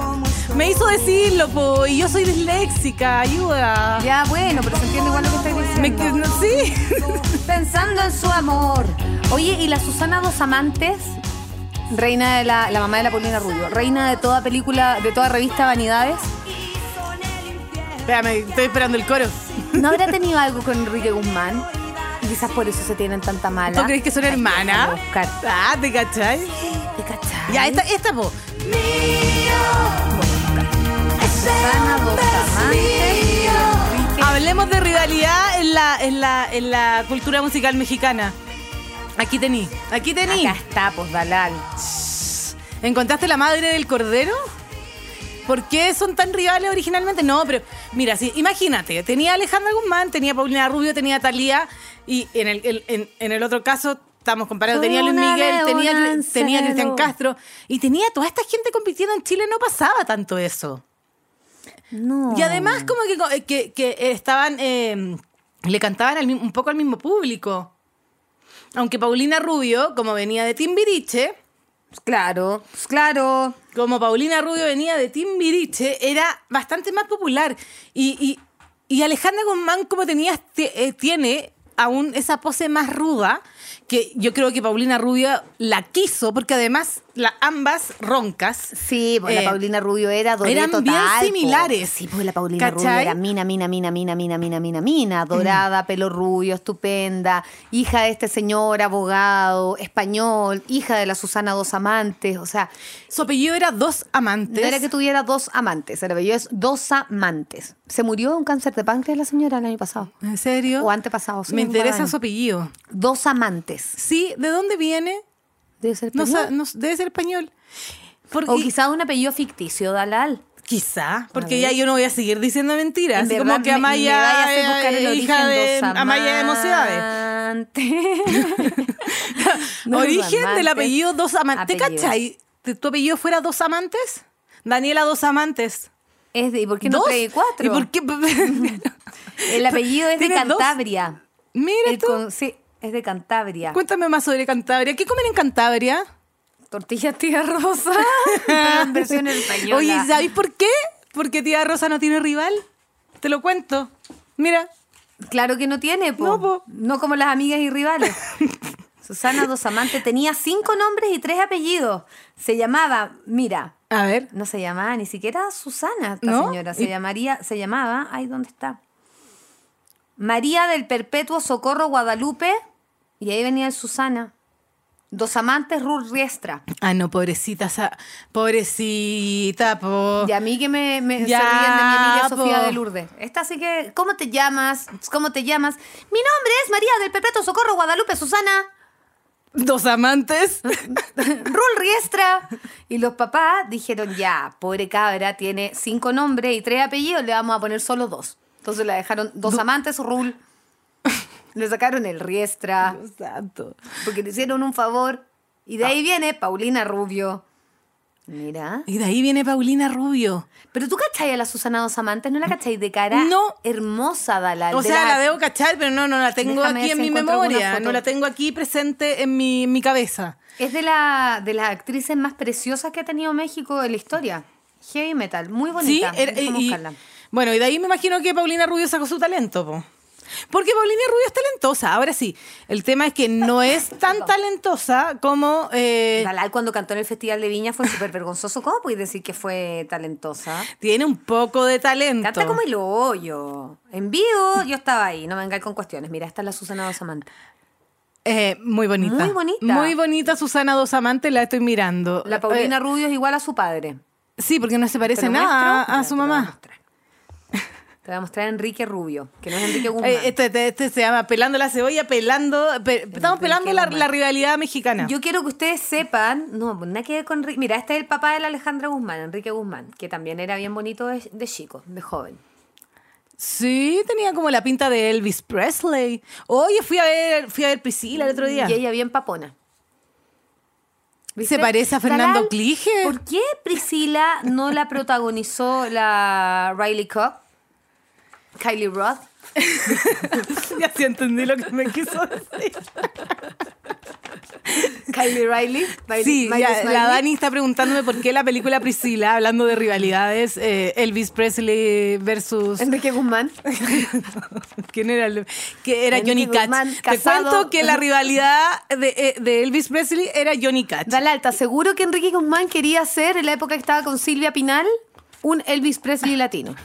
Speaker 4: Me hizo decirlo, po, y yo soy disléxica, ayuda.
Speaker 3: Ya, bueno, pero se entiende igual lo que estáis diciendo.
Speaker 4: Me, que- no, sí.
Speaker 3: Pensando en su amor. Oye, y la Susana Dos Amantes, reina de la, la mamá de la Paulina Rubio, reina de toda película, de toda revista Vanidades,
Speaker 4: Espérame, estoy esperando el coro.
Speaker 3: ¿no habrá tenido algo con Enrique Guzmán? Y quizás por eso se tienen tanta mala.
Speaker 4: ¿Tú crees que son hermanas?
Speaker 3: Vamos a buscar.
Speaker 4: Ah, ¿te cachai?
Speaker 3: ¿Te cachai?
Speaker 4: Ya, esta, esta, po.
Speaker 3: Susana Dos Amantes.
Speaker 4: Hablemos de rivalidad en la, en la, en la cultura musical mexicana. Aquí tení, aquí tení.
Speaker 3: Acá está, pues Dalal.
Speaker 4: ¿Encontraste la madre del cordero? ¿Por qué son tan rivales originalmente? No, pero mira, sí, imagínate, tenía a Alejandra Guzmán, tenía a Paulina Rubio, tenía a Talía y en el, el- en, en el otro caso estamos comparando, tenía a Luis
Speaker 3: Una
Speaker 4: Miguel,
Speaker 3: de
Speaker 4: tenía,
Speaker 3: un
Speaker 4: tenía a Cristian
Speaker 3: Anselmo.
Speaker 4: Castro y tenía a toda esta gente compitiendo en Chile, no pasaba tanto eso.
Speaker 3: No.
Speaker 4: Y además como que, co- eh, que, que estaban, eh, le cantaban al mi- un poco al mismo público. Aunque Paulina Rubio, como venía de Timbiriche,
Speaker 3: Pues claro, pues claro.
Speaker 4: como Paulina Rubio venía de Timbiriche, era bastante más popular. Y, y- y Alejandra Guzmán, como tenía, te- eh, tiene aún esa pose más ruda, que yo creo que Paulina Rubio la quiso, porque además la, ambas roncas.
Speaker 3: Sí, pues
Speaker 4: eh,
Speaker 3: la Paulina Rubio era doré
Speaker 4: eran
Speaker 3: total.
Speaker 4: bien
Speaker 3: po.
Speaker 4: similares,
Speaker 3: Sí, pues la Paulina Rubio
Speaker 4: ¿cachai? Mm.
Speaker 3: era mina, mina, mina, mina, mina, mina, mina, mina, dorada, pelo rubio, estupenda, hija de este señor abogado, español, hija de la Susana Dos Amantes, o sea,
Speaker 4: Su apellido era Dos Amantes.
Speaker 3: no era que tuviera dos amantes, era bello, es dos amantes. Se murió de un cáncer de páncreas la señora el año pasado.
Speaker 4: ¿En serio?
Speaker 3: O antepasado, sí,
Speaker 4: Me
Speaker 3: un par de
Speaker 4: interesa
Speaker 3: años.
Speaker 4: su apellido.
Speaker 3: Dos amantes.
Speaker 4: Sí, ¿de dónde viene?
Speaker 3: Debe ser
Speaker 4: No, sa-
Speaker 3: español.
Speaker 4: no- debe ser español. Porque,
Speaker 3: o quizá un apellido ficticio, Dalal.
Speaker 4: Quizá, porque ya
Speaker 3: ver.
Speaker 4: yo no voy a seguir diciendo mentiras. (laughs)
Speaker 3: En
Speaker 4: Así
Speaker 3: verdad,
Speaker 4: como que
Speaker 3: me- me vaya
Speaker 4: Amaya
Speaker 3: a hacer buscar
Speaker 4: es
Speaker 3: el
Speaker 4: hija de
Speaker 3: origen dos
Speaker 4: Amaya de Mocedades. (laughs)
Speaker 3: amantes. Dos
Speaker 4: Origen del
Speaker 3: amantes.
Speaker 4: apellido Dos Amantes. ¿Te
Speaker 3: Apellido.
Speaker 4: cachai? ¿Te- ¿Tu apellido fuera Dos Amantes? Daniela Dos Amantes.
Speaker 3: Es de, ¿Y por qué no
Speaker 4: ¿Dos?
Speaker 3: trae cuatro?
Speaker 4: ¿Y por
Speaker 3: (laughs)
Speaker 4: qué?
Speaker 3: El apellido es de
Speaker 4: ¿Tiene dos?
Speaker 3: Cantabria.
Speaker 4: Mira
Speaker 3: El
Speaker 4: tú.
Speaker 3: con- sí, es de Cantabria.
Speaker 4: Cuéntame más sobre Cantabria. ¿Qué comen en Cantabria?
Speaker 3: Tortillas
Speaker 4: (laughs)
Speaker 3: tía rosa. pero Ah, en versión española.
Speaker 4: Oye, ¿sabéis por qué? Porque tía Rosa no tiene rival. Te lo cuento. Mira,
Speaker 3: Claro que no tiene, po.
Speaker 4: No, po.
Speaker 3: No como las amigas
Speaker 4: (laughs)
Speaker 3: y rivales. Susana Dos Amantes tenía cinco nombres y tres apellidos. Se llamaba, mira,
Speaker 4: a ver.
Speaker 3: no se llamaba ni siquiera Susana esta
Speaker 4: ¿No?
Speaker 3: señora. Se
Speaker 4: Y-
Speaker 3: llamaría, se llamaba, ay, ¿dónde está? María del Perpetuo Socorro Guadalupe. Y ahí venía el Susana. Dos Amantes Ruth Riestra.
Speaker 4: Ah, no, pobrecita, esa- pobrecita, po.
Speaker 3: Y a mí que me, me
Speaker 4: Oh. Ya,
Speaker 3: se ríen de mi amiga Sofía
Speaker 4: po.
Speaker 3: de Lourdes. Esta sí que, ¿cómo te llamas? ¿Cómo te llamas? Mi nombre es María del Perpetuo Socorro Guadalupe Susana.
Speaker 4: Dos amantes.
Speaker 3: Rul Riestra. Y los papás dijeron, ya, pobre cabra, tiene cinco nombres y tres apellidos, le vamos a poner solo dos. Entonces la dejaron dos amantes,
Speaker 4: (laughs)
Speaker 3: Rul. Le sacaron el Riestra,
Speaker 4: Exacto.
Speaker 3: porque le hicieron un favor. Y de
Speaker 4: Ah.
Speaker 3: ahí viene Paulina Rubio. Mira.
Speaker 4: Y de ahí viene Paulina Rubio.
Speaker 3: Pero tú cachai a la Susana Dos Amantes, ¿no la cachai de cara?
Speaker 4: No.
Speaker 3: Hermosa, Dalal.
Speaker 4: O
Speaker 3: de
Speaker 4: sea, la debo cachar, pero no, no la tengo
Speaker 3: Déjame
Speaker 4: aquí en
Speaker 3: ver si
Speaker 4: mi
Speaker 3: encuentro alguna
Speaker 4: memoria.
Speaker 3: foto.
Speaker 4: No la tengo aquí presente en mi, en mi cabeza.
Speaker 3: Es de, la, de las actrices más preciosas que ha tenido México en la historia. Heavy metal, muy bonita.
Speaker 4: era-
Speaker 3: Déjame
Speaker 4: y-
Speaker 3: buscarla.
Speaker 4: bueno, y de ahí me imagino que Paulina Rubio sacó su talento, po. Porque Paulina Rubio es talentosa, ahora sí. El tema es que no es
Speaker 3: (laughs)
Speaker 4: tan talentosa como... eh,
Speaker 3: Dalal cuando cantó en el Festival de Viña fue súper vergonzoso. ¿Cómo puedes decir que fue talentosa?
Speaker 4: tiene un poco de talento.
Speaker 3: Canta como el hoyo. En vivo yo estaba ahí, no me vengáis con cuestiones. Mira, esta es la Susana Dos Amantes.
Speaker 4: Eh, muy bonita.
Speaker 3: Muy bonita.
Speaker 4: Muy bonita Susana Dos Amantes, la estoy mirando.
Speaker 3: La Paulina
Speaker 4: Eh,
Speaker 3: Rubio es igual a su padre.
Speaker 4: sí, porque no se
Speaker 3: ¿Te
Speaker 4: parece
Speaker 3: lo
Speaker 4: nada
Speaker 3: muestro?
Speaker 4: a, a
Speaker 3: Mira,
Speaker 4: su
Speaker 3: te lo voy a
Speaker 4: mamá.
Speaker 3: mostrar. Te voy a mostrar a Enrique Rubio, que no es Enrique Guzmán.
Speaker 4: Eh, este, este- este se llama Pelando la cebolla, pelando. pe- estamos
Speaker 3: Enrique
Speaker 4: pelando la,
Speaker 3: Guzmán.
Speaker 4: la rivalidad mexicana.
Speaker 3: Yo quiero que ustedes sepan, no, nada que ver con... Enri- Mira, este es el papá de la Alejandra Guzmán, Enrique Guzmán, que también era bien bonito de, de chico, de joven.
Speaker 4: Sí, tenía como la pinta de Elvis Presley. Oye, fui a ver, fui a ver Priscila el otro día.
Speaker 3: Y ella bien papona. ¿Viste?
Speaker 4: Se parece a Fernando
Speaker 3: Talal,
Speaker 4: Clige.
Speaker 3: ¿Por qué Priscila no la protagonizó la Riley Cobb? Kylie Roth.
Speaker 4: (laughs) ya sí entendí lo que me quiso decir.
Speaker 3: Kylie Riley. (laughs) Miley-
Speaker 4: Sí,
Speaker 3: Miley
Speaker 4: ya,
Speaker 3: Smiley.
Speaker 4: la Dani está preguntándome por qué la película Priscila, hablando de rivalidades, eh, Elvis Presley versus
Speaker 3: Enrique Guzmán.
Speaker 4: ¿Quién era? el- que era
Speaker 3: Enrique
Speaker 4: Johnny Cash.
Speaker 3: Guzmán,
Speaker 4: Te
Speaker 3: casado.
Speaker 4: cuento que la rivalidad de, eh, de Elvis Presley era Johnny Cash.
Speaker 3: Dalal, ¿te aseguro que Enrique Guzmán quería ser, en la época que estaba con Silvia Pinal, un Elvis Presley latino?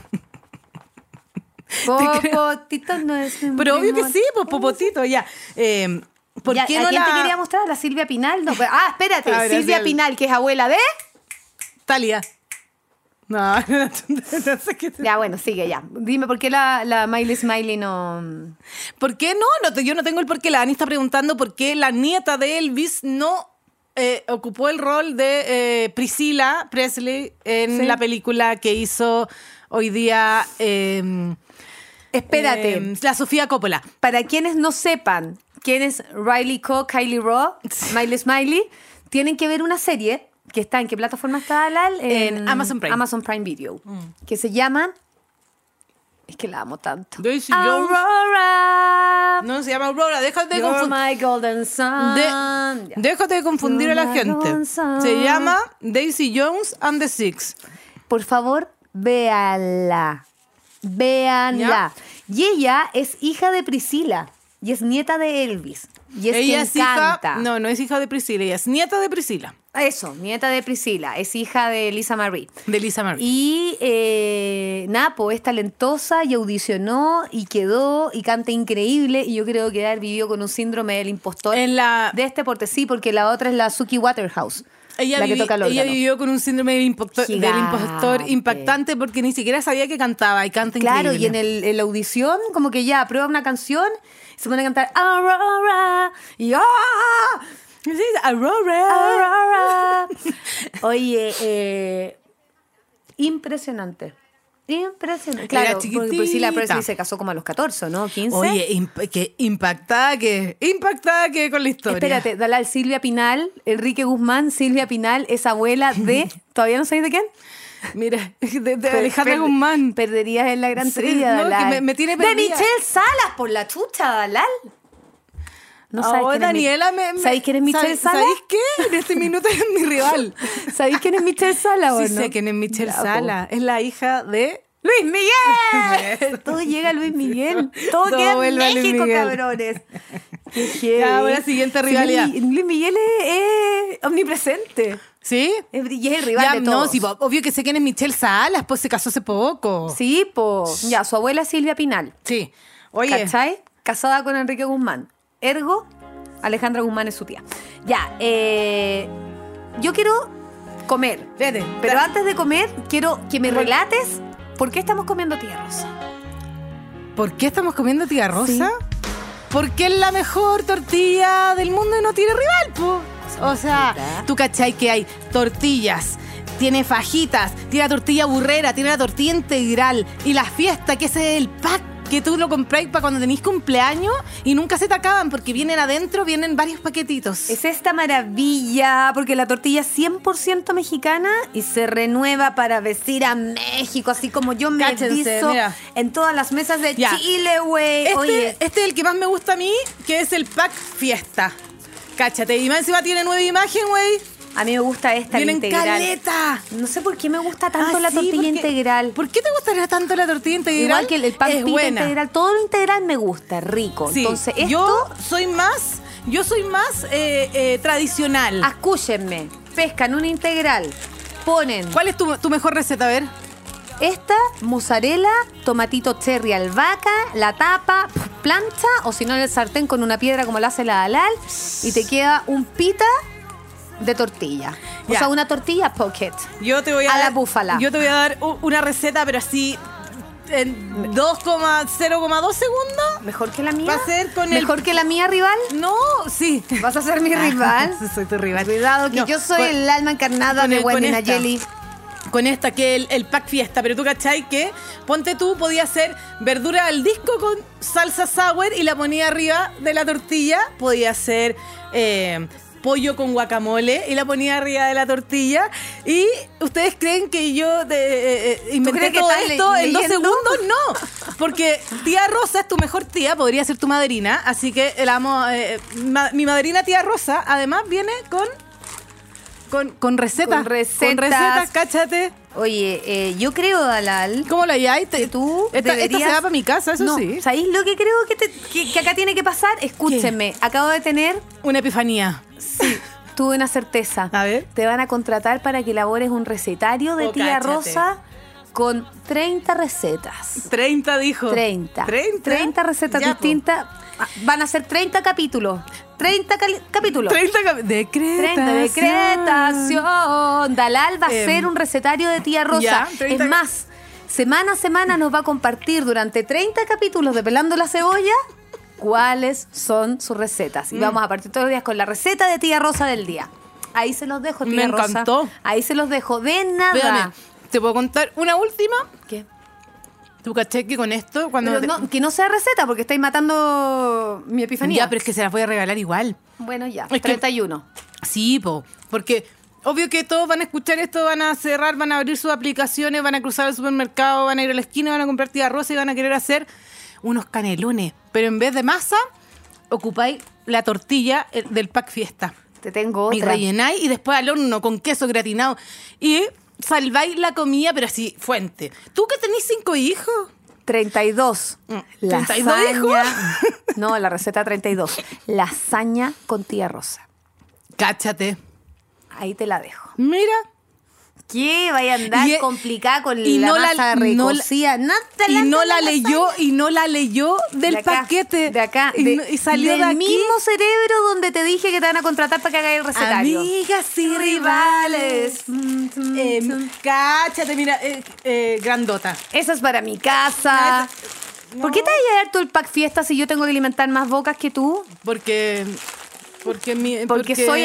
Speaker 3: Popotito no es mi
Speaker 4: Pero obvio que
Speaker 3: amor.
Speaker 4: sí, pues popotito, ya. Eh, ¿Por
Speaker 3: Ya,
Speaker 4: qué
Speaker 3: ¿a
Speaker 4: no
Speaker 3: quién
Speaker 4: la
Speaker 3: te quería mostrar? ¿A la Silvia Pinal? No, pero- ah, espérate,
Speaker 4: A ver,
Speaker 3: Silvia
Speaker 4: hacia el-
Speaker 3: Pinal, que es abuela de...
Speaker 4: Talía. No, (laughs) no, sé qué te-
Speaker 3: Ya, bueno, sigue ya. Dime, ¿por qué la, la Miley Smiley no...? mm,
Speaker 4: ¿Por qué no? no te- yo no tengo el por qué. La Dani está preguntando por qué la nieta de Elvis no eh, ocupó el rol de eh, Priscila Presley en la película que hizo hoy día. eh,
Speaker 3: Espérate,
Speaker 4: eh, la Sofía Coppola.
Speaker 3: para quienes no sepan quién es Riley Coe, Kylie Rowe, Miley Smiley, tienen que ver una serie que está en qué plataforma está Dalal?
Speaker 4: En Amazon Prime. Mm.
Speaker 3: Amazon Prime Video, que se llama es que la amo tanto.
Speaker 4: Daisy Jones.
Speaker 3: Aurora.
Speaker 4: No se llama Aurora, déjate de
Speaker 3: You're
Speaker 4: confundir.
Speaker 3: my golden sun.
Speaker 4: De-
Speaker 3: Ya.
Speaker 4: déjate de confundir a la gente. Se llama Daisy Jones and the Six.
Speaker 3: Por favor, véanla. Véanla. Y ella es hija de Priscila y es nieta de Elvis. Y es
Speaker 4: ella
Speaker 3: que
Speaker 4: es
Speaker 3: encanta.
Speaker 4: hija. No, no es hija de Priscila, ella es nieta de Priscila,
Speaker 3: Eso, nieta de Priscila, es hija de Lisa Marie.
Speaker 4: de Lisa Marie.
Speaker 3: Y eh, Napo es talentosa y audicionó y quedó y canta increíble y yo creo que él vivió con un síndrome del impostor
Speaker 4: En la-
Speaker 3: de este porte sí, porque la otra es la Suki Waterhouse,
Speaker 4: Ella,
Speaker 3: la
Speaker 4: vivi-
Speaker 3: que toca el
Speaker 4: ella
Speaker 3: órgano.
Speaker 4: vivió con un síndrome del, impacto- del
Speaker 3: Gigante.
Speaker 4: impostor impactante porque ni siquiera sabía que cantaba y canta
Speaker 3: Claro,
Speaker 4: increíble.
Speaker 3: y en, el, en la audición como que ya prueba una canción y se pone a cantar Aurora y ¡ah!
Speaker 4: Sí, Aurora.
Speaker 3: (laughs) Aurora. Oye, eh, impresionante. Impresionante. Claro, pues, porque Priscilla
Speaker 4: chiquitita.
Speaker 3: Presley se casó como a los 14, ¿no? 15.
Speaker 4: Oye, imp- que impactada que impactada que con la historia.
Speaker 3: Espérate, dale al Silvia Pinal, Enrique Guzmán, Silvia Pinal es abuela
Speaker 4: (laughs)
Speaker 3: de. ¿Todavía no sabéis de quién?
Speaker 4: Mira, (laughs) de, de
Speaker 3: Per-
Speaker 4: Alejandra
Speaker 3: per-
Speaker 4: Guzmán.
Speaker 3: Perderías en la gran
Speaker 4: Sí,
Speaker 3: trilla,
Speaker 4: no, que
Speaker 3: Dalal.
Speaker 4: me- me tiene
Speaker 3: De
Speaker 4: perdida.
Speaker 3: Michelle Salas, por la chucha, Dalal. No sabes
Speaker 4: Oh,
Speaker 3: quién es mi-
Speaker 4: Daniela me, me-
Speaker 3: ¿Sabéis quién es Michelle
Speaker 4: ¿sabéis-
Speaker 3: Salas?
Speaker 4: ¿Sabéis qué? En este minuto es mi
Speaker 3: (laughs)
Speaker 4: rival.
Speaker 3: ¿Sabéis quién es Michelle Salas o
Speaker 4: Sí
Speaker 3: no?
Speaker 4: sé quién es Michelle
Speaker 3: Ya, po.
Speaker 4: Sala. Es la hija de...
Speaker 3: ¡Luis
Speaker 4: (laughs)
Speaker 3: Miguel! Todo llega a Luis Miguel. Todo,
Speaker 4: Todo
Speaker 3: queda en
Speaker 4: vuelve a Luis
Speaker 3: México,
Speaker 4: Miguel.
Speaker 3: cabrones. Qué
Speaker 4: (laughs)
Speaker 3: heavy.
Speaker 4: Ya, ahora siguiente rivalidad.
Speaker 3: Sí, Luis, Luis Miguel es, es omnipresente.
Speaker 4: ¿Sí?
Speaker 3: Es, brill- y es el rival
Speaker 4: Ya,
Speaker 3: de
Speaker 4: no,
Speaker 3: todos.
Speaker 4: sí, po- obvio que sé quién es Michelle Salas, pues se casó hace poco.
Speaker 3: Sí, po. Ya, su abuela es Silvia Pinal.
Speaker 4: Sí. Oye,
Speaker 3: ¿Cachai? Casada con Enrique Guzmán. Ergo, Alejandra Guzmán es su tía. Ya, eh, yo quiero comer.
Speaker 4: espérate,
Speaker 3: Pero
Speaker 4: da-
Speaker 3: antes de comer, quiero que me relates por qué estamos comiendo tía rosa.
Speaker 4: ¿por qué estamos comiendo tía Rosa? Porque es la mejor tortilla del mundo y no tiene rival, po. O sea, tú cachai que hay tortillas, tiene fajitas, tiene la tortilla burrera, tiene la tortilla integral y la fiesta, que ese es el pack que tú lo compráis para cuando tenéis cumpleaños y nunca se te acaban porque vienen adentro, vienen varios paquetitos.
Speaker 3: Es esta maravilla, porque la tortilla es 100% mexicana y se renueva para vestir a México, así como yo me
Speaker 4: Cáchense,
Speaker 3: visto
Speaker 4: mira.
Speaker 3: en todas las mesas de
Speaker 4: Ya.
Speaker 3: Chile, güey.
Speaker 4: Este,
Speaker 3: Oye,
Speaker 4: este es el que más me gusta a mí, que es el pack fiesta. Cáchate, y más encima tiene nueva imagen, güey.
Speaker 3: a mí me gusta esta la
Speaker 4: Vienen
Speaker 3: integral.
Speaker 4: caleta.
Speaker 3: No sé por qué me gusta tanto
Speaker 4: Ah,
Speaker 3: la
Speaker 4: sí,
Speaker 3: tortilla
Speaker 4: porque-
Speaker 3: integral.
Speaker 4: ¿Por qué te gustaría tanto la tortilla integral?
Speaker 3: Igual que el, el pan
Speaker 4: es
Speaker 3: pita
Speaker 4: buena.
Speaker 3: integral, todo lo integral me gusta, rico.
Speaker 4: Sí,
Speaker 3: Entonces, esto,
Speaker 4: yo soy más, yo soy más eh, eh, tradicional.
Speaker 3: escúchenme, pescan un integral, ponen
Speaker 4: ¿Cuál es tu, tu mejor receta? A ver.
Speaker 3: esta, mozzarella, tomatito cherry albahaca, la tapa, plancha, o si no en el sartén con una piedra como la hace la halal, y te queda un pita de tortilla. O
Speaker 4: Ya.
Speaker 3: sea, una tortilla pocket.
Speaker 4: Yo te voy a,
Speaker 3: A la
Speaker 4: dar-
Speaker 3: búfala.
Speaker 4: Yo te voy a dar u- una receta, pero así en 2,0,2 segundos.
Speaker 3: Mejor que la mía.
Speaker 4: Va a ser con el-
Speaker 3: Mejor que la mía, rival.
Speaker 4: No, sí.
Speaker 3: Vas a ser mi rival.
Speaker 4: (laughs) Soy tu rival.
Speaker 3: Cuidado, que
Speaker 4: No,
Speaker 3: yo soy
Speaker 4: con-
Speaker 3: el alma encarnada
Speaker 4: con
Speaker 3: de
Speaker 4: el-
Speaker 3: Wendy
Speaker 4: con esta.
Speaker 3: Nayeli.
Speaker 4: con esta que el, el pack fiesta, pero tú cachai que ponte tú podía hacer verdura al disco con salsa sour y la ponía arriba de la tortilla, podía hacer eh, pollo con guacamole y la ponía arriba de la tortilla y ustedes creen que yo te, eh, eh, inventé
Speaker 3: crees que
Speaker 4: todo
Speaker 3: estás
Speaker 4: esto en dos
Speaker 3: leyendo?
Speaker 4: segundos, no, porque tía Rosa es tu mejor tía, podría ser tu madrina, así que la amo, eh, ma- mi madrina tía Rosa además viene con con, con recetas.
Speaker 3: Con recetas.
Speaker 4: Con recetas, cáchate.
Speaker 3: Oye, eh, yo creo, Dalal,
Speaker 4: ¿Cómo la halláis?
Speaker 3: que
Speaker 4: Te-
Speaker 3: tú
Speaker 4: Esta, esta
Speaker 3: deberías...
Speaker 4: se va para mi casa, eso
Speaker 3: No,
Speaker 4: sí.
Speaker 3: ¿Sabéis lo que creo que, te- que- que acá tiene que pasar? Escúchenme, acabo de tener,
Speaker 4: Una epifanía.
Speaker 3: tuve una certeza.
Speaker 4: A ver.
Speaker 3: Te van a contratar para que elabores un recetario de
Speaker 4: Oh,
Speaker 3: tía
Speaker 4: cáchate.
Speaker 3: Rosa con 30 recetas.
Speaker 4: 30 dijo.
Speaker 3: 30.
Speaker 4: 30.
Speaker 3: 30 recetas
Speaker 4: Oh, Ya, po.
Speaker 3: distintas. Ah, Van a ser 30 capítulos. 30 cali- capítulos.
Speaker 4: 30 cap- decretación.
Speaker 3: 30 decretación. Dalal va a
Speaker 4: Em,
Speaker 3: ser un recetario de tía Rosa.
Speaker 4: ya, 30
Speaker 3: Es más, semana a semana nos va a compartir durante 30 capítulos de Pelando la Cebolla cuáles son sus recetas.
Speaker 4: Mm.
Speaker 3: Y vamos a partir todos los días con la receta de tía Rosa del día. Ahí se los dejo, tía
Speaker 4: Me
Speaker 3: Rosa.
Speaker 4: encantó.
Speaker 3: Ahí se los dejo. De nada.
Speaker 4: Espérame, te puedo contar una última.
Speaker 3: ¿Qué?
Speaker 4: Tú caché que con esto, cuando.
Speaker 3: Pero
Speaker 4: te-
Speaker 3: no- que no sea receta porque estáis matando mi epifanía.
Speaker 4: Ya, pero es que se las voy a regalar igual.
Speaker 3: Bueno, ya.
Speaker 4: que-
Speaker 3: 31.
Speaker 4: Sí, po, porque obvio que todos van a escuchar esto, van a cerrar, van a abrir sus aplicaciones, van a cruzar el supermercado, van a ir a la esquina, van a comprar tía rosa y van a querer hacer unos canelones. Pero en vez de masa, ocupáis la tortilla eh, del pack fiesta.
Speaker 3: Te tengo
Speaker 4: Y
Speaker 3: otra.
Speaker 4: rellenáis y después al horno con queso gratinado. Y salváis la comida, pero así, fuente. ¿Tú que tenés cinco hijos?
Speaker 3: 32.
Speaker 4: Mm,
Speaker 3: Lasaña.
Speaker 4: 32 dijo.
Speaker 3: (laughs) No, la receta 32. Lasaña con tía Rosa.
Speaker 4: Cáchate.
Speaker 3: Ahí te la dejo.
Speaker 4: Mira.
Speaker 3: ¿Qué? Vaya a andar
Speaker 4: Y- e-
Speaker 3: complicada con
Speaker 4: y
Speaker 3: la
Speaker 4: no la-
Speaker 3: masa
Speaker 4: no la-
Speaker 3: recocida. No, te
Speaker 4: y no
Speaker 3: hagas
Speaker 4: la
Speaker 3: lasaña.
Speaker 4: leyó y no la leyó del
Speaker 3: De acá,
Speaker 4: paquete
Speaker 3: De acá.
Speaker 4: y,
Speaker 3: de-
Speaker 4: no- y salió de
Speaker 3: del
Speaker 4: aquí
Speaker 3: mismo cerebro donde te dije que te van a contratar para que hagas el recetario.
Speaker 4: amigas y rivales
Speaker 3: Mm, mm,
Speaker 4: Eh,
Speaker 3: mm.
Speaker 4: cáchate mira eh, eh, grandota
Speaker 3: Eso es para mi casa. ¿Por qué te vas a llevar tú el pack fiesta si yo tengo que alimentar más bocas que tú?
Speaker 4: porque Porque, mi-
Speaker 3: Porque, soy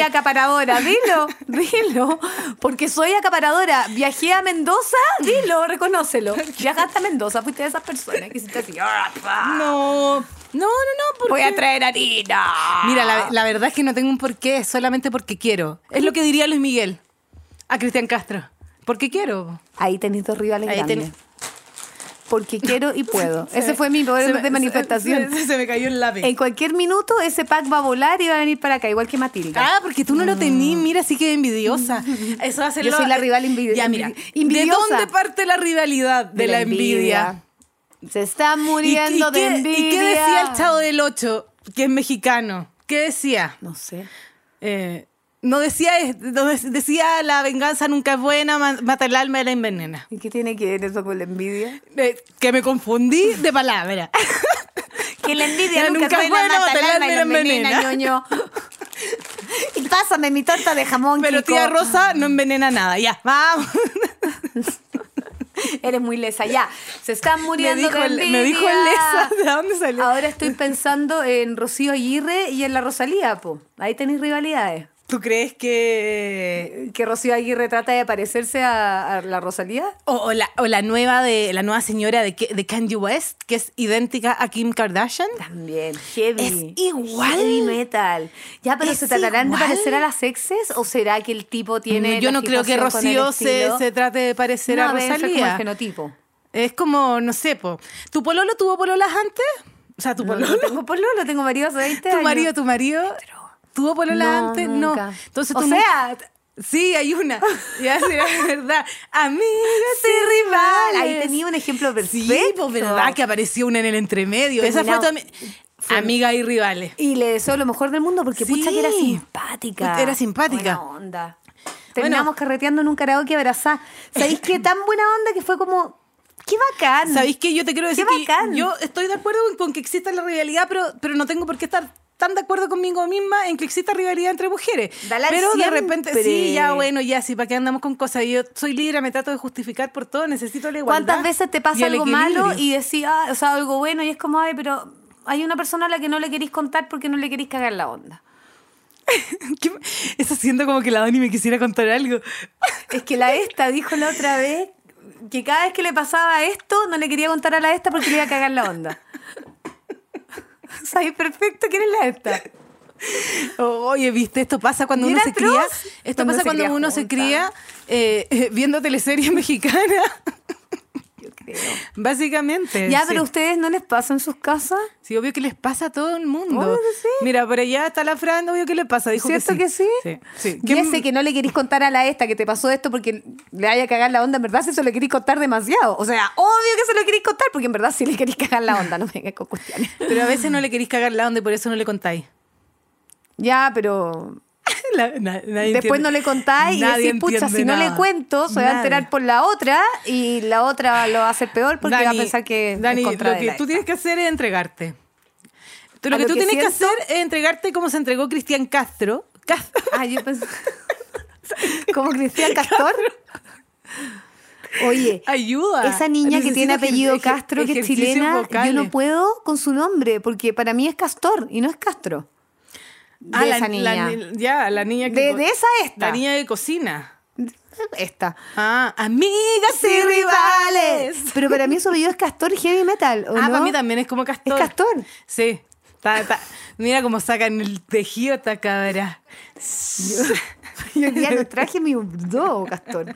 Speaker 4: (laughs)
Speaker 3: acaparadora, dilo, dilo. Porque soy acaparadora. Viajé a Mendoza, dilo, reconócelo. Viajaste a Mendoza, fuiste de esas personas que hiciste así. "Ah, pa,
Speaker 4: No, no, no, no. Porque...
Speaker 3: Voy a traer harina.
Speaker 4: Mira, la, la verdad es que no tengo un porqué, es solamente porque quiero. Es lo que diría Luis Miguel a Cristian Castro. Porque quiero.
Speaker 3: Ahí tenés dos rivales
Speaker 4: Ahí
Speaker 3: grandes.
Speaker 4: tenés-
Speaker 3: Porque quiero y puedo. Ese
Speaker 4: (laughs) Se-
Speaker 3: fue mi poder
Speaker 4: se me-
Speaker 3: de
Speaker 4: se-
Speaker 3: manifestación.
Speaker 4: Se, se me cayó el lápiz.
Speaker 3: En cualquier minuto ese pack va a volar y va a venir para acá, igual que Matilda.
Speaker 4: Ah, porque tú no lo tenías, mira, así que
Speaker 3: (laughs)
Speaker 4: envidiosa. Eso va a ser
Speaker 3: Yo
Speaker 4: lo- eh,
Speaker 3: soy la rival envi-
Speaker 4: Ya, mira.
Speaker 3: envi- envidiosa.
Speaker 4: ¿De dónde parte la rivalidad? De, la envidia.
Speaker 3: Se está muriendo
Speaker 4: qué,
Speaker 3: de envidia.
Speaker 4: ¿Y qué decía el chavo del 8, que es mexicano? ¿Qué decía?
Speaker 3: No sé.
Speaker 4: Eh, no decía, es- no de- decía la venganza nunca es buena, ma- mata el alma y la envenena.
Speaker 3: ¿Y qué tiene que ver eso con la envidia?
Speaker 4: Eh, que me confundí de
Speaker 3: (laughs)
Speaker 4: palabra.
Speaker 3: Que la envidia
Speaker 4: Ya
Speaker 3: nunca,
Speaker 4: nunca
Speaker 3: es buena,
Speaker 4: buena,
Speaker 3: mata el alma y la
Speaker 4: matalar,
Speaker 3: envenena,
Speaker 4: envenena.
Speaker 3: ñoño. Y pásame mi torta de jamón,
Speaker 4: Pero
Speaker 3: Kiko.
Speaker 4: tía Rosa no envenena nada. Ya, vamos. (laughs)
Speaker 3: Eres muy lesa, ya. Se están
Speaker 4: Me
Speaker 3: muriendo
Speaker 4: dijo,
Speaker 3: de
Speaker 4: el-
Speaker 3: envidia. Ah.
Speaker 4: me dijo el Lesa. ¿De dónde salió?
Speaker 3: Ahora estoy pensando en Rocío Aguirre y en la Rosalía, po. Ahí tenéis rivalidades.
Speaker 4: ¿Tú crees que.?
Speaker 3: Que Rocío Aguirre trata de parecerse a, a la Rosalía.
Speaker 4: O, o la, o la nueva de la nueva señora de, Ke- de Kanye West, que es idéntica a Kim Kardashian.
Speaker 3: También, heavy.
Speaker 4: Es igual.
Speaker 3: Heavy metal. Ya, pero
Speaker 4: Es
Speaker 3: ¿se tratarán de
Speaker 4: igual.
Speaker 3: parecer a las exes? ¿O será que el tipo tiene.
Speaker 4: Mm, Yo
Speaker 3: la
Speaker 4: no creo que
Speaker 3: fijación con el
Speaker 4: Rocío se,
Speaker 3: estilo?
Speaker 4: se trate de parecer
Speaker 3: No,
Speaker 4: a
Speaker 3: debe ser como el
Speaker 4: Rosalía.
Speaker 3: genotipo.
Speaker 4: es como, no sé, po. ¿Tu pololo tuvo pololas antes? O sea, tu
Speaker 3: No,
Speaker 4: pololo.
Speaker 3: no tengo pololo, tengo marido hace 20
Speaker 4: tu
Speaker 3: años.
Speaker 4: marido, tu marido. ¿Tuvo polola
Speaker 3: No,
Speaker 4: antes?
Speaker 3: nunca.
Speaker 4: No. Entonces
Speaker 3: O
Speaker 4: tú
Speaker 3: sea,
Speaker 4: nunca- Sí, hay una. Ya será
Speaker 3: (laughs)
Speaker 4: verdad. Amigas y rivales.
Speaker 3: Ahí tenía un ejemplo
Speaker 4: Sí,
Speaker 3: perfecto.
Speaker 4: pues verdad que apareció una en el entremedio. Esa fue tu
Speaker 3: Terminado.
Speaker 4: ami- amiga y rivales.
Speaker 3: Y le deseo lo mejor del mundo porque
Speaker 4: Sí.
Speaker 3: pucha que era simpática.
Speaker 4: Era simpática.
Speaker 3: Buena onda. Terminamos carreteando en un karaoke abrazada. ¿Sabéis qué? Tan buena onda que fue como, qué bacán.
Speaker 4: ¿Sabéis que yo te quiero decir que
Speaker 3: bacán!
Speaker 4: yo estoy de acuerdo con que exista la rivalidad, pero, pero no tengo por qué estar tan de acuerdo conmigo misma en que exista rivalidad entre mujeres.
Speaker 3: Dale al
Speaker 4: pero de
Speaker 3: siempre.
Speaker 4: repente, sí, ya bueno, ya sí, ¿para qué andamos con cosas? Yo soy libre, me trato de justificar por todo, necesito la igualdad.
Speaker 3: ¿Cuántas veces te pasa
Speaker 4: y el
Speaker 3: algo
Speaker 4: equilibrio.
Speaker 3: malo y decís, ah, o sea, algo bueno y es como, ay, pero hay una persona a la que no le queréis contar porque no le queréis cagar la onda?
Speaker 4: (laughs) ¿Qué? Eso siento como que la Dani me quisiera contar algo. (laughs)
Speaker 3: Es que la esta dijo la otra vez que cada vez que le pasaba esto no le quería contar a la esta porque le iba a cagar la onda. (laughs) Sabes perfecto quién es la esta.
Speaker 4: Eh, Oye, viste, esto pasa cuando
Speaker 3: Y
Speaker 4: uno
Speaker 3: era
Speaker 4: se
Speaker 3: atroz.
Speaker 4: cría. Esto
Speaker 3: Cuando
Speaker 4: pasa
Speaker 3: se
Speaker 4: cuando
Speaker 3: cría
Speaker 4: uno se
Speaker 3: junta.
Speaker 4: cría eh, eh, (laughs) viendo teleseries mexicanas,
Speaker 3: (laughs) Yo creo.
Speaker 4: básicamente.
Speaker 3: Ya,
Speaker 4: sí.
Speaker 3: pero ustedes no les pasa en sus casas.
Speaker 4: Sí, obvio que les pasa a todo el mundo.
Speaker 3: Obvio que sí.
Speaker 4: Mira, por allá está la Fran, obvio que le pasa. Dijo
Speaker 3: ¿Cierto que sí?
Speaker 4: Sí, sí.
Speaker 3: Yo
Speaker 4: ¿Quién-
Speaker 3: sé que no le querís contar a la esta que te pasó esto porque le haya cagar la onda, en verdad si eso le querís contar demasiado. O sea, obvio que se lo querís contar porque en verdad sí le querís cagar la onda, no me vengas con cuestiones.
Speaker 4: Pero a veces no le queréis cagar la onda y por eso no le contáis.
Speaker 3: Ya, pero
Speaker 4: (laughs) La- na- nadie
Speaker 3: después
Speaker 4: entiende.
Speaker 3: no le contáis y
Speaker 4: Nadie
Speaker 3: decís, pucha,
Speaker 4: entiende
Speaker 3: si no le
Speaker 4: nada.
Speaker 3: cuento, se va a
Speaker 4: Nadie.
Speaker 3: enterar por la otra y la otra lo va a hacer peor porque va a
Speaker 4: Dani,
Speaker 3: pensar que es
Speaker 4: Dani,
Speaker 3: contra
Speaker 4: lo
Speaker 3: de
Speaker 4: que
Speaker 3: la
Speaker 4: tú
Speaker 3: esta.
Speaker 4: tienes que hacer es entregarte. Tú-
Speaker 3: A
Speaker 4: lo que
Speaker 3: lo
Speaker 4: tú
Speaker 3: que
Speaker 4: tienes
Speaker 3: siento-
Speaker 4: que hacer es entregarte como se entregó Cristian Castro. Castro.
Speaker 3: Ah, yo pensé. Como Cristian Castor. Oye,
Speaker 4: (laughs) Ayuda.
Speaker 3: Esa niña que
Speaker 4: Necesito
Speaker 3: tiene
Speaker 4: ejer-
Speaker 3: apellido
Speaker 4: ejer-
Speaker 3: Castro, que es
Speaker 4: ejercicios
Speaker 3: chilena,
Speaker 4: vocales.
Speaker 3: yo no puedo con su nombre, porque para mí es Castor y no es Castro. De
Speaker 4: Ah, la-
Speaker 3: esa niña.
Speaker 4: la- ya, la niña que.
Speaker 3: de,
Speaker 4: co-
Speaker 3: de esa a esta.
Speaker 4: La niña que cocina.
Speaker 3: Esta.
Speaker 4: Ah, amigas y rivales.
Speaker 3: Pero para mí su apellido es Castor Heavy Metal, ¿o
Speaker 4: Ah,
Speaker 3: no?
Speaker 4: para mí también es como castor. (laughs)
Speaker 3: Es castor.
Speaker 4: Sí. Está- está- Mira cómo sacan el tejido esta cabra.
Speaker 3: Yo ya no traje mi do,
Speaker 4: (laughs)
Speaker 3: Castor.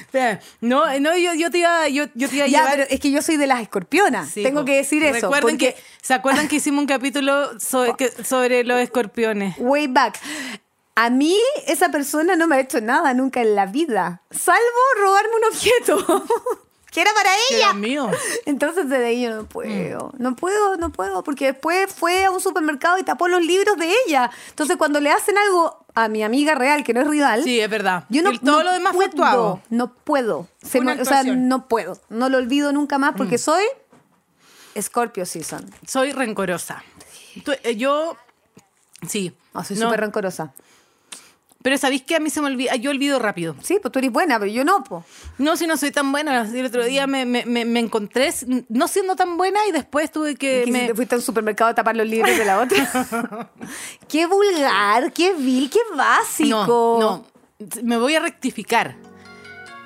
Speaker 4: Espera, No, no, yo, yo te iba, yo, yo te iba a
Speaker 3: ya,
Speaker 4: llevar-
Speaker 3: pero es que yo soy de las escorpionas.
Speaker 4: Sí,
Speaker 3: Tengo
Speaker 4: po.
Speaker 3: que decir eso.
Speaker 4: Recuerden
Speaker 3: porque-
Speaker 4: que, ¿Se acuerdan que hicimos un capítulo sobre, que- sobre los escorpiones?
Speaker 3: Way back. A mí esa persona no me ha hecho nada nunca en la vida, salvo robarme un objeto (laughs) que era para
Speaker 4: Que
Speaker 3: ella.
Speaker 4: era Mm. mío.
Speaker 3: Entonces desde ahí yo no puedo, no puedo, no puedo, porque después fue a un supermercado y tapó los libros de ella. Entonces cuando le hacen algo a mi amiga real, que no es rival,
Speaker 4: Sí, es verdad.
Speaker 3: yo no
Speaker 4: Y todo
Speaker 3: no
Speaker 4: lo demás fue
Speaker 3: puedo,
Speaker 4: actuado.
Speaker 3: No puedo, Se
Speaker 4: Una
Speaker 3: me- o sea,
Speaker 4: actuación. Mm.
Speaker 3: no puedo, no lo olvido nunca más porque soy Scorpio Season.
Speaker 4: Soy rencorosa. Tú- eh, yo, sí.
Speaker 3: No, Ah, soy
Speaker 4: No,
Speaker 3: súper rencorosa.
Speaker 4: Pero sabéis que a mí se me olvida, yo olvido rápido.
Speaker 3: Sí, pues tú eres buena, pero yo no, po.
Speaker 4: No, si no soy tan buena. El otro día me, me, me- me encontré s- no siendo tan buena y después tuve que...
Speaker 3: Que
Speaker 4: Eh, me-
Speaker 3: si te fuiste a un supermercado a tapar los libros de
Speaker 4: (laughs)
Speaker 3: la otra. qué vulgar, qué vil, qué
Speaker 4: no,
Speaker 3: básico.
Speaker 4: no, me voy a rectificar.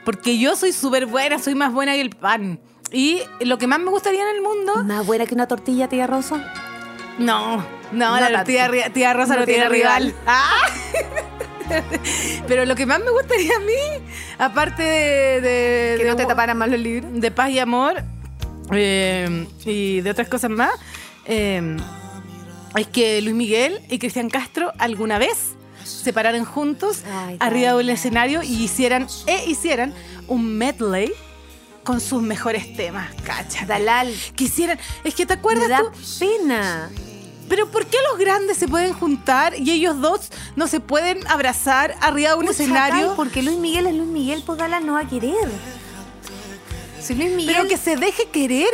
Speaker 4: Porque yo soy súper buena, soy más buena que el pan. Y lo que más me gustaría en el mundo...
Speaker 3: ¿Más buena que una tortilla, tía Rosa?
Speaker 4: No, no, la
Speaker 3: tanto.
Speaker 4: tía, Ri- tía Rosa no, tiene rival. Ah. (laughs) Pero lo que más me gustaría a mí, aparte de... de-
Speaker 3: Que no
Speaker 4: de-
Speaker 3: te taparan más los libros.
Speaker 4: de paz y amor eh, y de otras cosas más. eh, es que Luis Miguel y Cristian Castro alguna vez se pararan juntos
Speaker 3: Ay,
Speaker 4: arriba
Speaker 3: tan
Speaker 4: del escenario y hicieran e hicieran un medley con sus mejores temas, cacha.
Speaker 3: Dalal.
Speaker 4: Quisieran, es que te
Speaker 3: Me
Speaker 4: acuerdas
Speaker 3: da
Speaker 4: tú,
Speaker 3: pena.
Speaker 4: pero ¿por qué los grandes se pueden juntar y ellos dos no se pueden abrazar arriba de un
Speaker 3: Pucha,
Speaker 4: escenario?
Speaker 3: Kai, porque Luis Miguel es Luis Miguel, pues Gala no va a querer. Si Luis Miguel.
Speaker 4: Pero que se deje querer.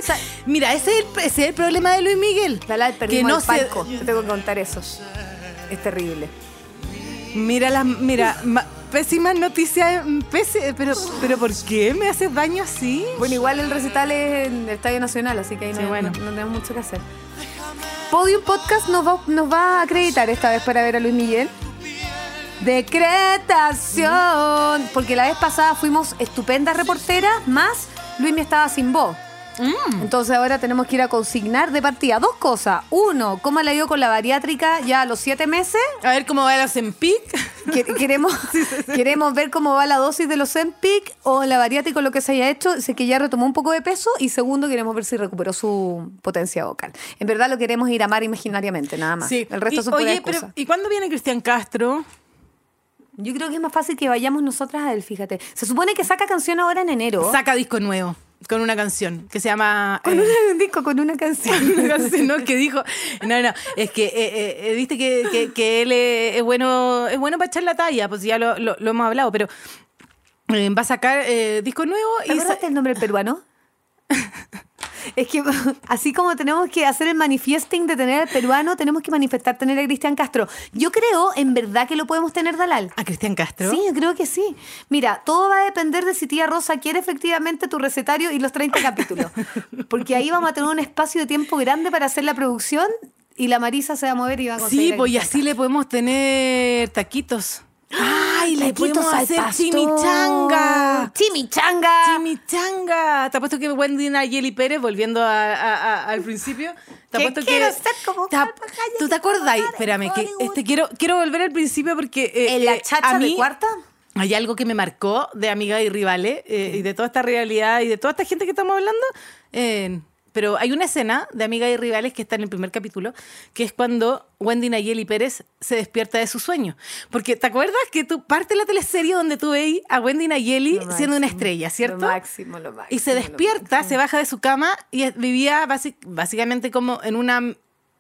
Speaker 4: Mira, ese es, el, ese es el problema de Luis Miguel.
Speaker 3: Dalal, perdimos
Speaker 4: que no
Speaker 3: el
Speaker 4: se-
Speaker 3: palco. Yo tengo que contar eso. Es terrible.
Speaker 4: Mira las, mira, ma- pésimas noticias, mm, pési- pero, pero ¿por qué me haces daño así?
Speaker 3: Bueno, igual el recital es en el Estadio Nacional, así que ahí no,
Speaker 4: Sí, bueno.
Speaker 3: no- no tenemos mucho que hacer. Podium Podcast nos va, nos va a acreditar esta vez para ver a Luis Miguel. Decretación. Porque la vez pasada fuimos estupendas reporteras, más Luis me estaba sin voz.
Speaker 4: Mm.
Speaker 3: Entonces ahora tenemos que ir a consignar de partida dos cosas. Uno, cómo le dio con la bariátrica ya a los siete meses.
Speaker 4: A ver cómo va la Sempic.
Speaker 3: (laughs) Que- Queremos, queremos ver cómo va la dosis de los Zempic o la bariátrica o lo que se haya hecho. Sé que ya retomó un poco de peso. Y segundo, queremos ver si recuperó su potencia vocal. En verdad lo queremos ir a amar imaginariamente, nada más. Ah, El resto
Speaker 4: Y,
Speaker 3: son puras
Speaker 4: Oye,
Speaker 3: excusas.
Speaker 4: pero ¿y cuándo viene Cristian Castro?
Speaker 3: Yo creo que es más fácil que vayamos nosotras a él, fíjate. Se supone que saca canción ahora en enero.
Speaker 4: Saca disco nuevo con una canción que se llama...
Speaker 3: con
Speaker 4: eh,
Speaker 3: una- un disco, con una canción.
Speaker 4: (laughs) una canción, ¿no? que dijo no no es que eh, eh, eh, viste que, que- que él eh, es bueno es bueno para echar la talla pues ya lo, lo- lo hemos hablado pero eh, va a sacar eh, disco nuevo
Speaker 3: ¿Te
Speaker 4: y sa-
Speaker 3: acordaste el nombre del
Speaker 4: (laughs)
Speaker 3: peruano? Es que (laughs) así como tenemos que hacer el manifesting de tener al peruano, tenemos que manifestar tener a Cristian Castro. Yo creo en verdad que lo podemos tener Dalal.
Speaker 4: a Cristian Castro
Speaker 3: Sí, yo creo que sí. Mira, todo va a depender de si tía Rosa quiere efectivamente tu recetario y los 30 capítulos. Porque ahí vamos a tener un espacio de tiempo grande para hacer la producción y la Marisa se va a mover y va a conseguir.
Speaker 4: Sí,
Speaker 3: a
Speaker 4: pues y
Speaker 3: Cristian
Speaker 4: así le podemos tener taquitos. ¡Ay, le
Speaker 3: Taquitos
Speaker 4: podemos
Speaker 3: al
Speaker 4: hacer
Speaker 3: pastor. Ah.
Speaker 4: chimichanga!
Speaker 3: ¡Chimichanga!
Speaker 4: ¡Chimichanga! Te apuesto que Wendy Nayeli Pérez, volviendo a- a- a- al principio, te
Speaker 3: Que
Speaker 4: apuesto
Speaker 3: quiero
Speaker 4: que...
Speaker 3: ser como
Speaker 4: te-
Speaker 3: Carvajal
Speaker 4: ¿Tú te acordás? Espérame, que
Speaker 3: Hollywood.
Speaker 4: este, quiero, quiero volver al principio porque... eh,
Speaker 3: ¿En la
Speaker 4: eh, a
Speaker 3: chacha
Speaker 4: mí-
Speaker 3: de cuarta?
Speaker 4: Hay algo que me marcó de amiga y rivales eh, y de toda esta realidad y de toda esta gente que estamos hablando. eh, pero hay una escena de amiga y rivales que está en el primer capítulo, que es cuando Wendy Nayeli Pérez se despierta de su sueño. Porque te acuerdas que tú parte de la teleserie donde tú veis a Wendy Nayeli
Speaker 3: Lo
Speaker 4: siendo una
Speaker 3: máximo,
Speaker 4: estrella, ¿cierto?
Speaker 3: Lo máximo, lo máximo.
Speaker 4: Y se
Speaker 3: lo
Speaker 4: despierta,
Speaker 3: máximo.
Speaker 4: se baja de su cama y es- vivía basi- básicamente como en una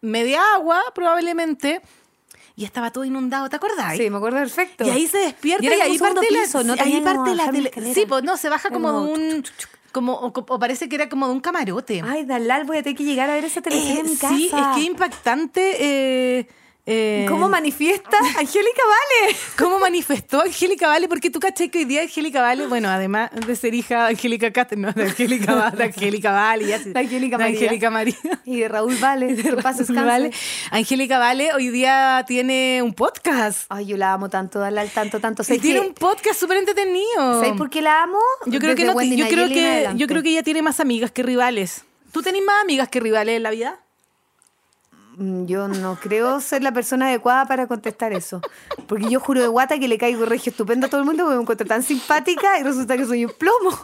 Speaker 4: media agua, probablemente, y estaba todo inundado, ¿te acordás?
Speaker 3: Sí, me acuerdo perfecto.
Speaker 4: Y ahí se despierta
Speaker 3: Y
Speaker 4: y,
Speaker 3: era como
Speaker 4: ahí
Speaker 3: un segundo
Speaker 4: parte la,
Speaker 3: piso, no
Speaker 4: sí, ahí
Speaker 3: tenía como
Speaker 4: parte la
Speaker 3: bajar una
Speaker 4: tele.
Speaker 3: escalera.
Speaker 4: Sí, pues no, se baja
Speaker 3: Era
Speaker 4: como de
Speaker 3: como
Speaker 4: un como o, co- o parece que era como de un camarote.
Speaker 3: Ay, Dalal, voy a tener que llegar a ver esa
Speaker 4: Eh,
Speaker 3: televisión en mi casa.
Speaker 4: sí, es que impactante eh, eh, (laughs)
Speaker 3: ¿Cómo manifiesta Angélica Vale?
Speaker 4: ¿Cómo manifestó Angélica Vale? Porque tú caché que hoy día Angélica Vale, bueno, además de ser hija de Angélica Castro, no, de Angélica, Va- de Angélica Vale, ya sé,
Speaker 3: De Angélica María.
Speaker 4: Angélica María.
Speaker 3: Y de Raúl
Speaker 4: (laughs)
Speaker 3: Vale, (laughs) de Paz Descanse.
Speaker 4: Vale. Angélica Vale hoy día tiene un podcast.
Speaker 3: Ay, yo la amo tanto, Dalal, tanto, tanto.
Speaker 4: Y
Speaker 3: ¿Sabes
Speaker 4: tiene
Speaker 3: qué?
Speaker 4: un podcast súper entretenido.
Speaker 3: ¿Sabes por qué la amo?
Speaker 4: Yo creo que no,
Speaker 3: Desde Wendy
Speaker 4: yo creo
Speaker 3: Nayeli en
Speaker 4: que
Speaker 3: adelante.
Speaker 4: yo creo que ella tiene más amigas que rivales. ¿Tú tenés más amigas que rivales en la vida?
Speaker 3: Mm, Yo no creo ser la persona adecuada para contestar eso. Porque yo juro de guata que le caigo regio estupendo a todo el mundo porque me encuentro tan simpática y resulta que soy un plomo.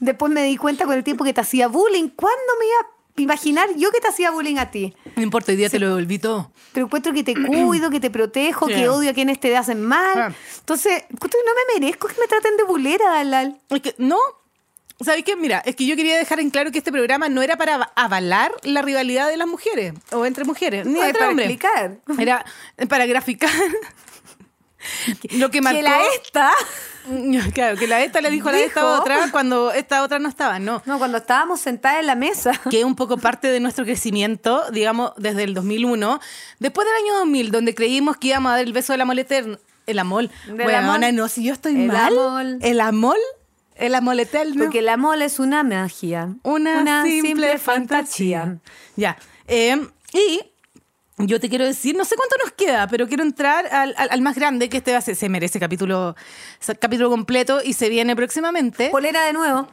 Speaker 3: Después me di cuenta con el tiempo que te hacía bullying. ¿Cuándo me iba a imaginar yo que te hacía bullying a ti?
Speaker 4: No importa, hoy día te lo devolví todo.
Speaker 3: Pero encuentro que te cuido, que te protejo,
Speaker 4: Sí.
Speaker 3: que odio a quienes te hacen mal.
Speaker 4: Ah.
Speaker 3: Entonces, encuentro que no me merezco que me traten de bulera, Dalal.
Speaker 4: Es que, no. ¿Sabéis qué? Mira, es que yo quería dejar en claro que este programa no era para av- avalar la rivalidad de las mujeres o entre mujeres, ni
Speaker 3: No, es
Speaker 4: entre
Speaker 3: para
Speaker 4: hombres.
Speaker 3: explicar.
Speaker 4: (laughs) Era eh, para
Speaker 3: (laughs)
Speaker 4: graficar lo que marcó.
Speaker 3: Que la esta...
Speaker 4: (laughs) Claro, que la E, esta le dijo a la esta
Speaker 3: Dijo.
Speaker 4: otra cuando esta otra no estaba, no.
Speaker 3: No, cuando estábamos sentadas en la mesa.
Speaker 4: que es un poco parte de nuestro crecimiento, digamos, desde el 2001. Después del año 2000, donde creímos que íbamos a dar el beso del amor eterno, El amor.
Speaker 3: Del
Speaker 4: Huevona,
Speaker 3: amor.
Speaker 4: no, si yo estoy
Speaker 3: El
Speaker 4: mal.
Speaker 3: amor.
Speaker 4: El amor. El amor eterno.
Speaker 3: Porque el amor es una magia.
Speaker 4: Una, simple, fantasía. Ya. eh, y yo te quiero decir, no sé cuánto nos queda, pero quiero entrar al, al- al más grande, que este va a ser- se merece capítulo, sa- capítulo completo y se viene próximamente.
Speaker 3: Polera de nuevo.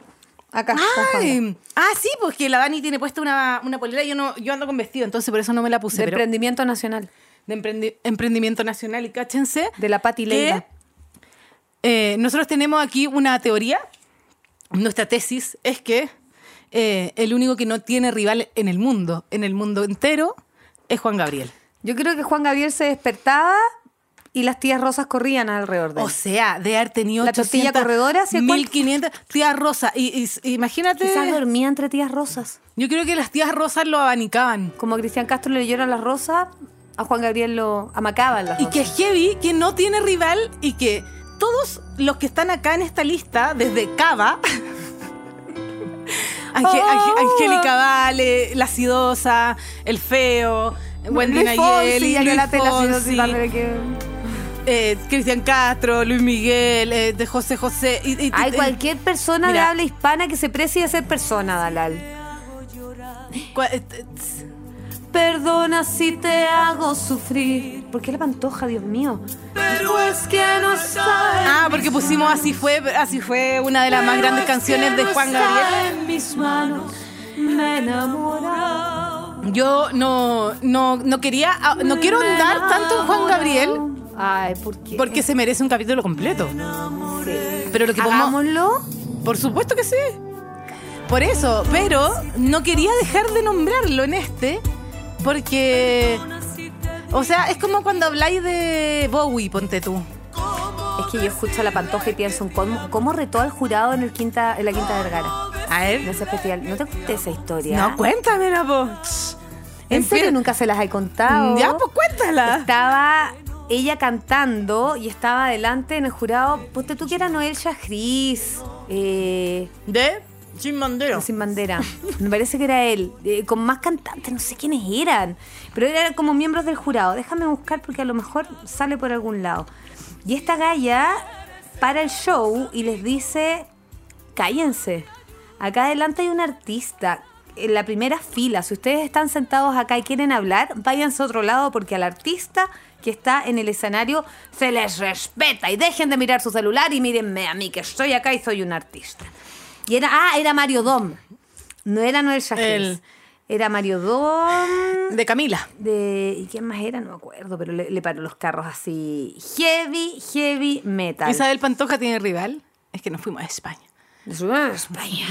Speaker 3: Acá. Del
Speaker 4: Ay, ah, sí, porque la Dani tiene puesta una, una polera y yo, no, yo ando con vestido, entonces por eso no me la puse. pero-
Speaker 3: Emprendimiento nacional.
Speaker 4: de emprendi- emprendimiento nacional y cáchense.
Speaker 3: De la Pati
Speaker 4: que,
Speaker 3: Leiva.
Speaker 4: eh, nosotros tenemos aquí una teoría. Nuestra tesis es que eh, el único que no tiene rival en el mundo, en el mundo entero, es Juan Gabriel.
Speaker 3: Yo creo que Juan Gabriel se despertaba y las tías rosas corrían alrededor de él.
Speaker 4: O sea, de haber tenido
Speaker 3: La tortilla
Speaker 4: 800,
Speaker 3: corredora, ¿hacia cuánto?
Speaker 4: 1500, tía Rosa. Y, y- imagínate,
Speaker 3: Quizás dormía entre tías rosas.
Speaker 4: yo creo que las tías Rosas lo abanicaban.
Speaker 3: Como a Cristian Castro le leyeron las rosas, a Juan Gabriel lo amacaban las
Speaker 4: Y
Speaker 3: rosas.
Speaker 4: que es heavy, que no tiene rival y que todos los que están acá en esta lista,
Speaker 3: Mm.
Speaker 4: desde
Speaker 3: (laughs)
Speaker 4: Cava, Ange- Ange-
Speaker 3: Oh.
Speaker 4: Angélica Vale, La Sidosa, El Feo, Wendy
Speaker 3: Luis Fonsi,
Speaker 4: Nayeli,
Speaker 3: ya que la tela, si no,
Speaker 4: Fonsi,
Speaker 3: si va a tener que-
Speaker 4: eh, Cristian Castro, Luis Miguel, eh, de José José. y- y-
Speaker 3: Hay
Speaker 4: y-
Speaker 3: cualquier persona de
Speaker 4: Mira.
Speaker 3: habla hispana que se precie de ser persona, Dalal.
Speaker 4: cua- eh, eh,
Speaker 3: Perdona si te hago sufrir. ¿Por qué la pantoja, Dios mío? Pero es que no sabes.
Speaker 4: Ah, porque pusimos así fue, así fue una de las más grandes canciones de Juan Gabriel.
Speaker 3: En mis manos me he enamorado.
Speaker 4: Yo no, no, no quería, ah, no quiero andar tanto en Juan Gabriel.
Speaker 3: Ay, ¿por qué?
Speaker 4: Porque se merece un capítulo completo.
Speaker 3: Sí.
Speaker 4: Pero lo que podemos.
Speaker 3: Hagámoslo.
Speaker 4: Por supuesto que sí. Por eso, pero no quería dejar de nombrarlo en este, porque. O sea, es como cuando habláis de Bowie, ponte tú.
Speaker 3: Es que yo escucho a la pantoja y pienso, en ¿cómo, cómo retó al jurado en, el quinta, en la Quinta Vergara?
Speaker 4: A
Speaker 3: En
Speaker 4: ver.
Speaker 3: ese especial. ¿No te conté esa historia?
Speaker 4: No, cuéntamela, po.
Speaker 3: ¿En serio
Speaker 4: fin.
Speaker 3: nunca se las he contado?
Speaker 4: Ya, pues cuéntala.
Speaker 3: Estaba ella cantando y estaba adelante en el jurado. Ponte tú que era Noel Chagris. Eh,
Speaker 4: De Jim Mandero.
Speaker 3: Sin bandera. Me parece que era él. eh, con más cantantes, no sé quiénes eran. Pero eran como miembros del jurado. Déjame buscar porque a lo mejor sale por algún lado. Y esta galla para el show y les dice: Cállense. Acá adelante hay un artista. En la primera fila, si ustedes están sentados acá y quieren hablar, váyanse a otro lado porque al artista que está en el escenario se les respeta y dejen de mirar su celular y mírenme a mí que estoy acá y soy un artista. Y era, ah, era Mario Dom. No era Noel Chagres.
Speaker 4: El-
Speaker 3: Era Mario Dom.
Speaker 4: De Camila.
Speaker 3: De, ¿Y quién más era? No me acuerdo, pero le, le paró los carros así. Heavy, heavy metal.
Speaker 4: Isabel Pantoja tiene rival. Es que nos fuimos a España.
Speaker 3: (laughs) España.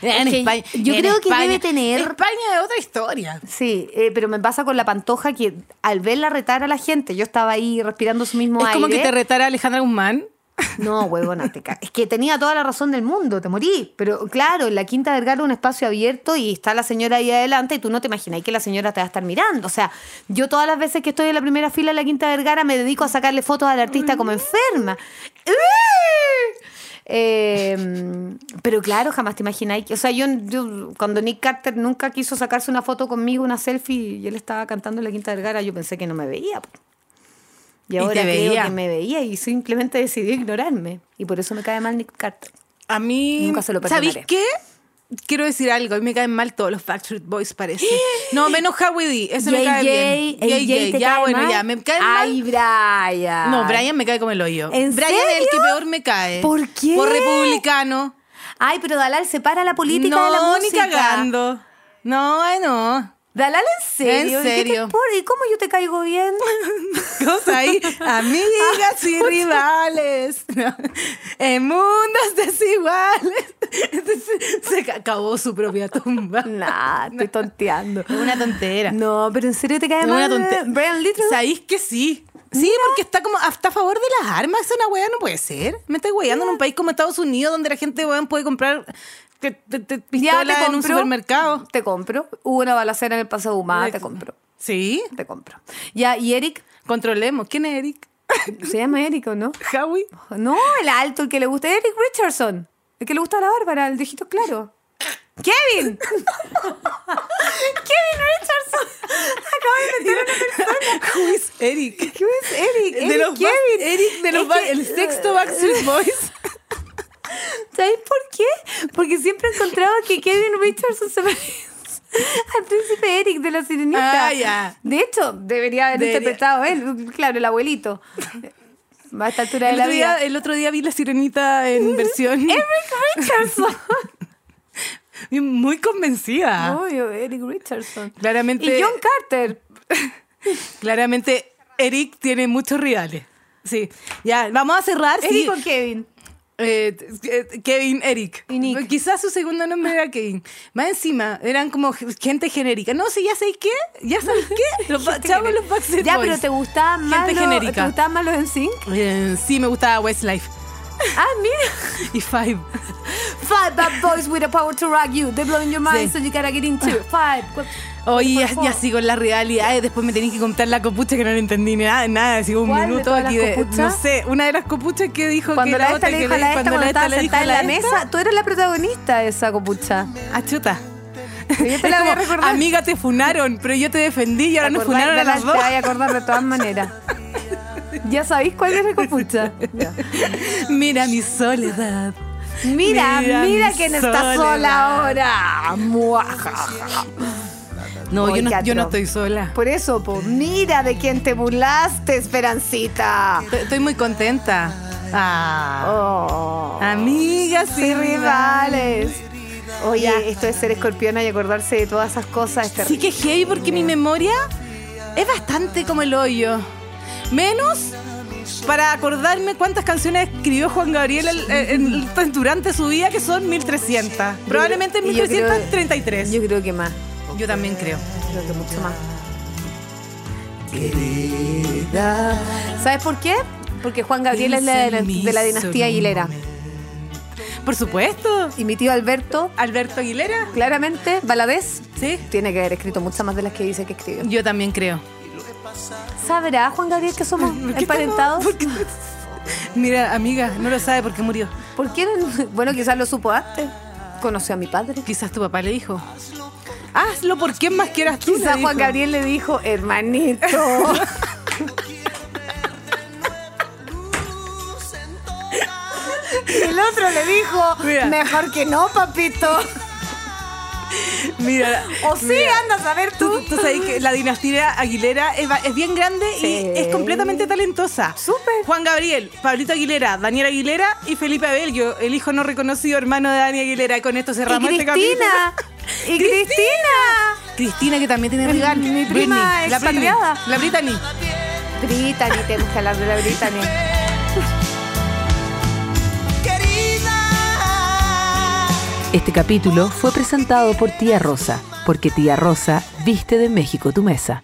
Speaker 4: En
Speaker 3: Es que
Speaker 4: España.
Speaker 3: yo
Speaker 4: en
Speaker 3: creo que
Speaker 4: España.
Speaker 3: debe tener-
Speaker 4: España es otra historia.
Speaker 3: Sí, eh, pero me pasa con la pantoja que al verla retar a la gente, yo estaba ahí respirando su mismo
Speaker 4: Es
Speaker 3: aire.
Speaker 4: como que te retara Alejandra Guzmán.
Speaker 3: No, huevona, te ca- Es que tenía toda la razón del mundo, te morí. Pero claro, en la Quinta Vergara es un espacio abierto y está la señora ahí adelante y tú no te imagináis que la señora te va a estar mirando. O sea, yo todas las veces que estoy en la primera fila en la Quinta Vergara me dedico a sacarle fotos al artista como enferma. Eh, pero claro, jamás te imagináis que. O sea, yo, yo- cuando Nick Carter nunca quiso sacarse una foto conmigo, una selfie, y él estaba cantando en la Quinta Vergara, yo pensé que no me veía. po. Y
Speaker 4: Y
Speaker 3: ahora
Speaker 4: te
Speaker 3: creo
Speaker 4: veía.
Speaker 3: que me veía y simplemente decidí ignorarme. Y por eso me cae mal Nick Carter.
Speaker 4: A mí.
Speaker 3: Nunca se lo
Speaker 4: ¿Sabéis
Speaker 3: perdonaré.
Speaker 4: qué? Quiero decir algo. A mí me caen mal todos los Factory Boys, parece. No, menos Howie D. Ese me cae bien.
Speaker 3: AJ, ¿te
Speaker 4: ya,
Speaker 3: cae
Speaker 4: bueno,
Speaker 3: mal?
Speaker 4: ya. Me cae
Speaker 3: Ay,
Speaker 4: mal.
Speaker 3: Brian.
Speaker 4: No, Brian me cae como el hoyo.
Speaker 3: ¿En
Speaker 4: Brian es el
Speaker 3: serio?
Speaker 4: que peor me cae.
Speaker 3: ¿Por qué?
Speaker 4: Por republicano.
Speaker 3: Ay, pero Dalal separa la política
Speaker 4: no,
Speaker 3: de la
Speaker 4: ni
Speaker 3: música.
Speaker 4: cagando. No, ay, no.
Speaker 3: Dalal, ¿en serio?
Speaker 4: En
Speaker 3: ¿Y qué te
Speaker 4: serio.
Speaker 3: importa? ¿Y cómo yo te caigo
Speaker 4: (laughs)
Speaker 3: bien?
Speaker 4: Cosa
Speaker 3: (laughs)
Speaker 4: ahí, amigas y rivales, No. en mundos desiguales. Entonces, se ca- acabó su propia tumba.
Speaker 3: Mm. nah, estoy tonteando.
Speaker 4: Es una tontera.
Speaker 3: No, pero ¿en serio te cae
Speaker 4: Es
Speaker 3: mal
Speaker 4: una tontera.
Speaker 3: Brian Little?
Speaker 4: ¿Sabéis que sí? Sí, porque está como está a favor de las armas. Esa una wea no puede ser. Me estoy weyando en un país como Estados Unidos donde la gente weón puede comprar que- te- te-
Speaker 3: Ya
Speaker 4: pistola
Speaker 3: te
Speaker 4: en un
Speaker 3: compro.
Speaker 4: supermercado.
Speaker 3: Te compro. Hubo una balacera en el Paseo Humada, te compro.
Speaker 4: Sí,
Speaker 3: Te compro. Ya, ¿y Eric?
Speaker 4: controlemos. ¿Quién es Eric?
Speaker 3: Se llama Eric, ¿o no?
Speaker 4: Howie.
Speaker 3: No, el alto, el que le gusta Eric Richardson. El que le gusta a la Bárbara, el de ojitos claro. (laughs) ¡Kevin! ¡Kevin Richardson! Acaba de meter una persona.
Speaker 4: Who is Eric?
Speaker 3: ¿Qué es Eric?
Speaker 4: de
Speaker 3: Eric
Speaker 4: los
Speaker 3: Kevin.
Speaker 4: Back- Eric de los
Speaker 3: Es
Speaker 4: Back-
Speaker 3: que- eh,
Speaker 4: el sexto Backstreet Boys.
Speaker 3: (laughs) ¿Sabes por qué? Porque siempre he encontrado que Kevin Richardson se parece (laughs) al príncipe Eric de la sirenita.
Speaker 4: Ah, ya.
Speaker 3: De hecho, debería haber
Speaker 4: Debería.
Speaker 3: interpretado él, claro, el abuelito. Va a esta altura (laughs) de
Speaker 4: El
Speaker 3: la
Speaker 4: otro,
Speaker 3: vida.
Speaker 4: día, el otro día vi La Sirenita
Speaker 3: (laughs)
Speaker 4: en versión
Speaker 3: Eric
Speaker 4: (laughs)
Speaker 3: Richardson.
Speaker 4: muy convencida.
Speaker 3: Obvio, Eric Richardson.
Speaker 4: Claramente-
Speaker 3: Y John Carter.
Speaker 4: Claramente, Eric tiene muchos rivales. Sí, ya, vamos a cerrar.
Speaker 3: Eric
Speaker 4: sí.
Speaker 3: o Kevin.
Speaker 4: Eh, eh, Kevin Eric.
Speaker 3: Y Nick.
Speaker 4: Quizás su segundo nombre era Kevin. Más encima, eran como gente genérica. No sé, ya sabéis qué, ya sabéis
Speaker 3: (laughs)
Speaker 4: qué. Los ba- chavos los Backstreet
Speaker 3: Ya,
Speaker 4: Boys.
Speaker 3: pero te gustaban más
Speaker 4: Gente
Speaker 3: los,
Speaker 4: genérica.
Speaker 3: ¿Te gustaban más los NSYNC?
Speaker 4: Eh, sí, me gustaba Westlife
Speaker 3: Ah, mira.
Speaker 4: y Five.
Speaker 3: Five bad boys with the power to rock you. They blow in your mind,
Speaker 4: Sí.
Speaker 3: so you gotta get into it.
Speaker 4: (laughs)
Speaker 3: Five. cu-
Speaker 4: Oye, ya,
Speaker 3: Por favor.
Speaker 4: ya sigo en las realidades. Después me tenéis que contar la copucha que no le entendí ni nada, nada. Así un
Speaker 3: ¿Cuál de
Speaker 4: minuto
Speaker 3: todas
Speaker 4: aquí
Speaker 3: las
Speaker 4: de. No
Speaker 3: copuchas?
Speaker 4: sé, una de las copuchas que dijo
Speaker 3: Cuando
Speaker 4: que
Speaker 3: la esta le
Speaker 4: que
Speaker 3: dijo a la esta
Speaker 4: cuando
Speaker 3: cuando
Speaker 4: la esta
Speaker 3: estaba
Speaker 4: le dijo
Speaker 3: sentada
Speaker 4: a
Speaker 3: en la
Speaker 4: la esta,
Speaker 3: mesa, tú eras la protagonista de
Speaker 4: (laughs)
Speaker 3: esa copucha.
Speaker 4: Ah, chuta.
Speaker 3: Yo te la
Speaker 4: (laughs) Es
Speaker 3: voy a
Speaker 4: como,
Speaker 3: recordar.
Speaker 4: Amiga, te funaron, pero yo te defendí y ahora
Speaker 3: ¿Te
Speaker 4: nos
Speaker 3: acordás?
Speaker 4: funaron a
Speaker 3: Ya la-
Speaker 4: las dos.
Speaker 3: Te voy a acordar de todas maneras. Ya sabéis cuál es la copucha. Ya.
Speaker 4: (laughs) Mira mi soledad.
Speaker 3: Mira,
Speaker 4: Mira
Speaker 3: mira,
Speaker 4: mi
Speaker 3: que no está
Speaker 4: soledad.
Speaker 3: sola ahora. Muajaja.
Speaker 4: No, yo
Speaker 3: Oiga,
Speaker 4: no, yo no
Speaker 3: Trump.
Speaker 4: estoy sola.
Speaker 3: Por eso, po, mira de quién te burlaste, Esperancita.
Speaker 4: Estoy, estoy muy contenta. Ah.
Speaker 3: Oh.
Speaker 4: Amigas y
Speaker 3: Sí,
Speaker 4: rivales.
Speaker 3: rivales. Oye, esto de ser escorpiona y acordarse de todas esas cosas es
Speaker 4: Sí
Speaker 3: terrible.
Speaker 4: que es heavy porque mi memoria es bastante como el hoyo. Menos para acordarme cuántas canciones escribió Juan Gabriel el- el- el- durante su vida, que son 1300. Probablemente
Speaker 3: Y yo creo-
Speaker 4: 1333. Yo,
Speaker 3: Yo creo que más,
Speaker 4: yo también creo.
Speaker 3: creo que mucho más. ¿Sabes por qué? Porque Juan Gabriel es la de la, de la dinastía Aguilera.
Speaker 4: Por supuesto.
Speaker 3: Y mi tío Alberto,
Speaker 4: Alberto Aguilera.
Speaker 3: claramente, Baladés,
Speaker 4: Sí.
Speaker 3: tiene que haber escrito muchas más de las que dice
Speaker 4: (laughs)
Speaker 3: que escribió.
Speaker 4: Yo también creo.
Speaker 3: ¿Sabrá Juan Gabriel que somos
Speaker 4: ¿Por qué
Speaker 3: emparentados?
Speaker 4: estamos- (laughs) por qué- Mira, amiga, no lo sabe porque murió.
Speaker 3: ¿Por qué? no- (laughs) Bueno, quizás lo supo antes. Conoció a mi padre.
Speaker 4: Quizás tu papá le dijo. Hazlo por quien más quieras tú. le
Speaker 3: Quizás Juan
Speaker 4: dijo.
Speaker 3: Gabriel le dijo,
Speaker 4: (laughs)
Speaker 3: hermanito. y el otro le dijo,
Speaker 4: Mira.
Speaker 3: mejor que no, papito.
Speaker 4: Mira,
Speaker 3: (laughs) O sí,
Speaker 4: mira,
Speaker 3: anda a saber tú.
Speaker 4: Tú, tú sabes que la dinastía Aguilera es, ba- es bien grande
Speaker 3: Sí.
Speaker 4: y es completamente talentosa.
Speaker 3: Súper.
Speaker 4: Juan Gabriel, Pablito Aguilera, Daniel Aguilera y Felipe Abello, el hijo no reconocido hermano de Dani Aguilera. Y con esto
Speaker 3: Y
Speaker 4: cerramos este capítulo.
Speaker 3: Cristina. Y Cristina.
Speaker 4: Cristina, que también tiene rival.
Speaker 3: Mi prima
Speaker 4: Britney, la Britney,
Speaker 3: expatriada.
Speaker 4: La Brittany.
Speaker 3: Brittany, tenemos que hablar de la Brittany.
Speaker 1: Este capítulo fue presentado por Tía Rosa, porque Tía Rosa viste de México tu mesa.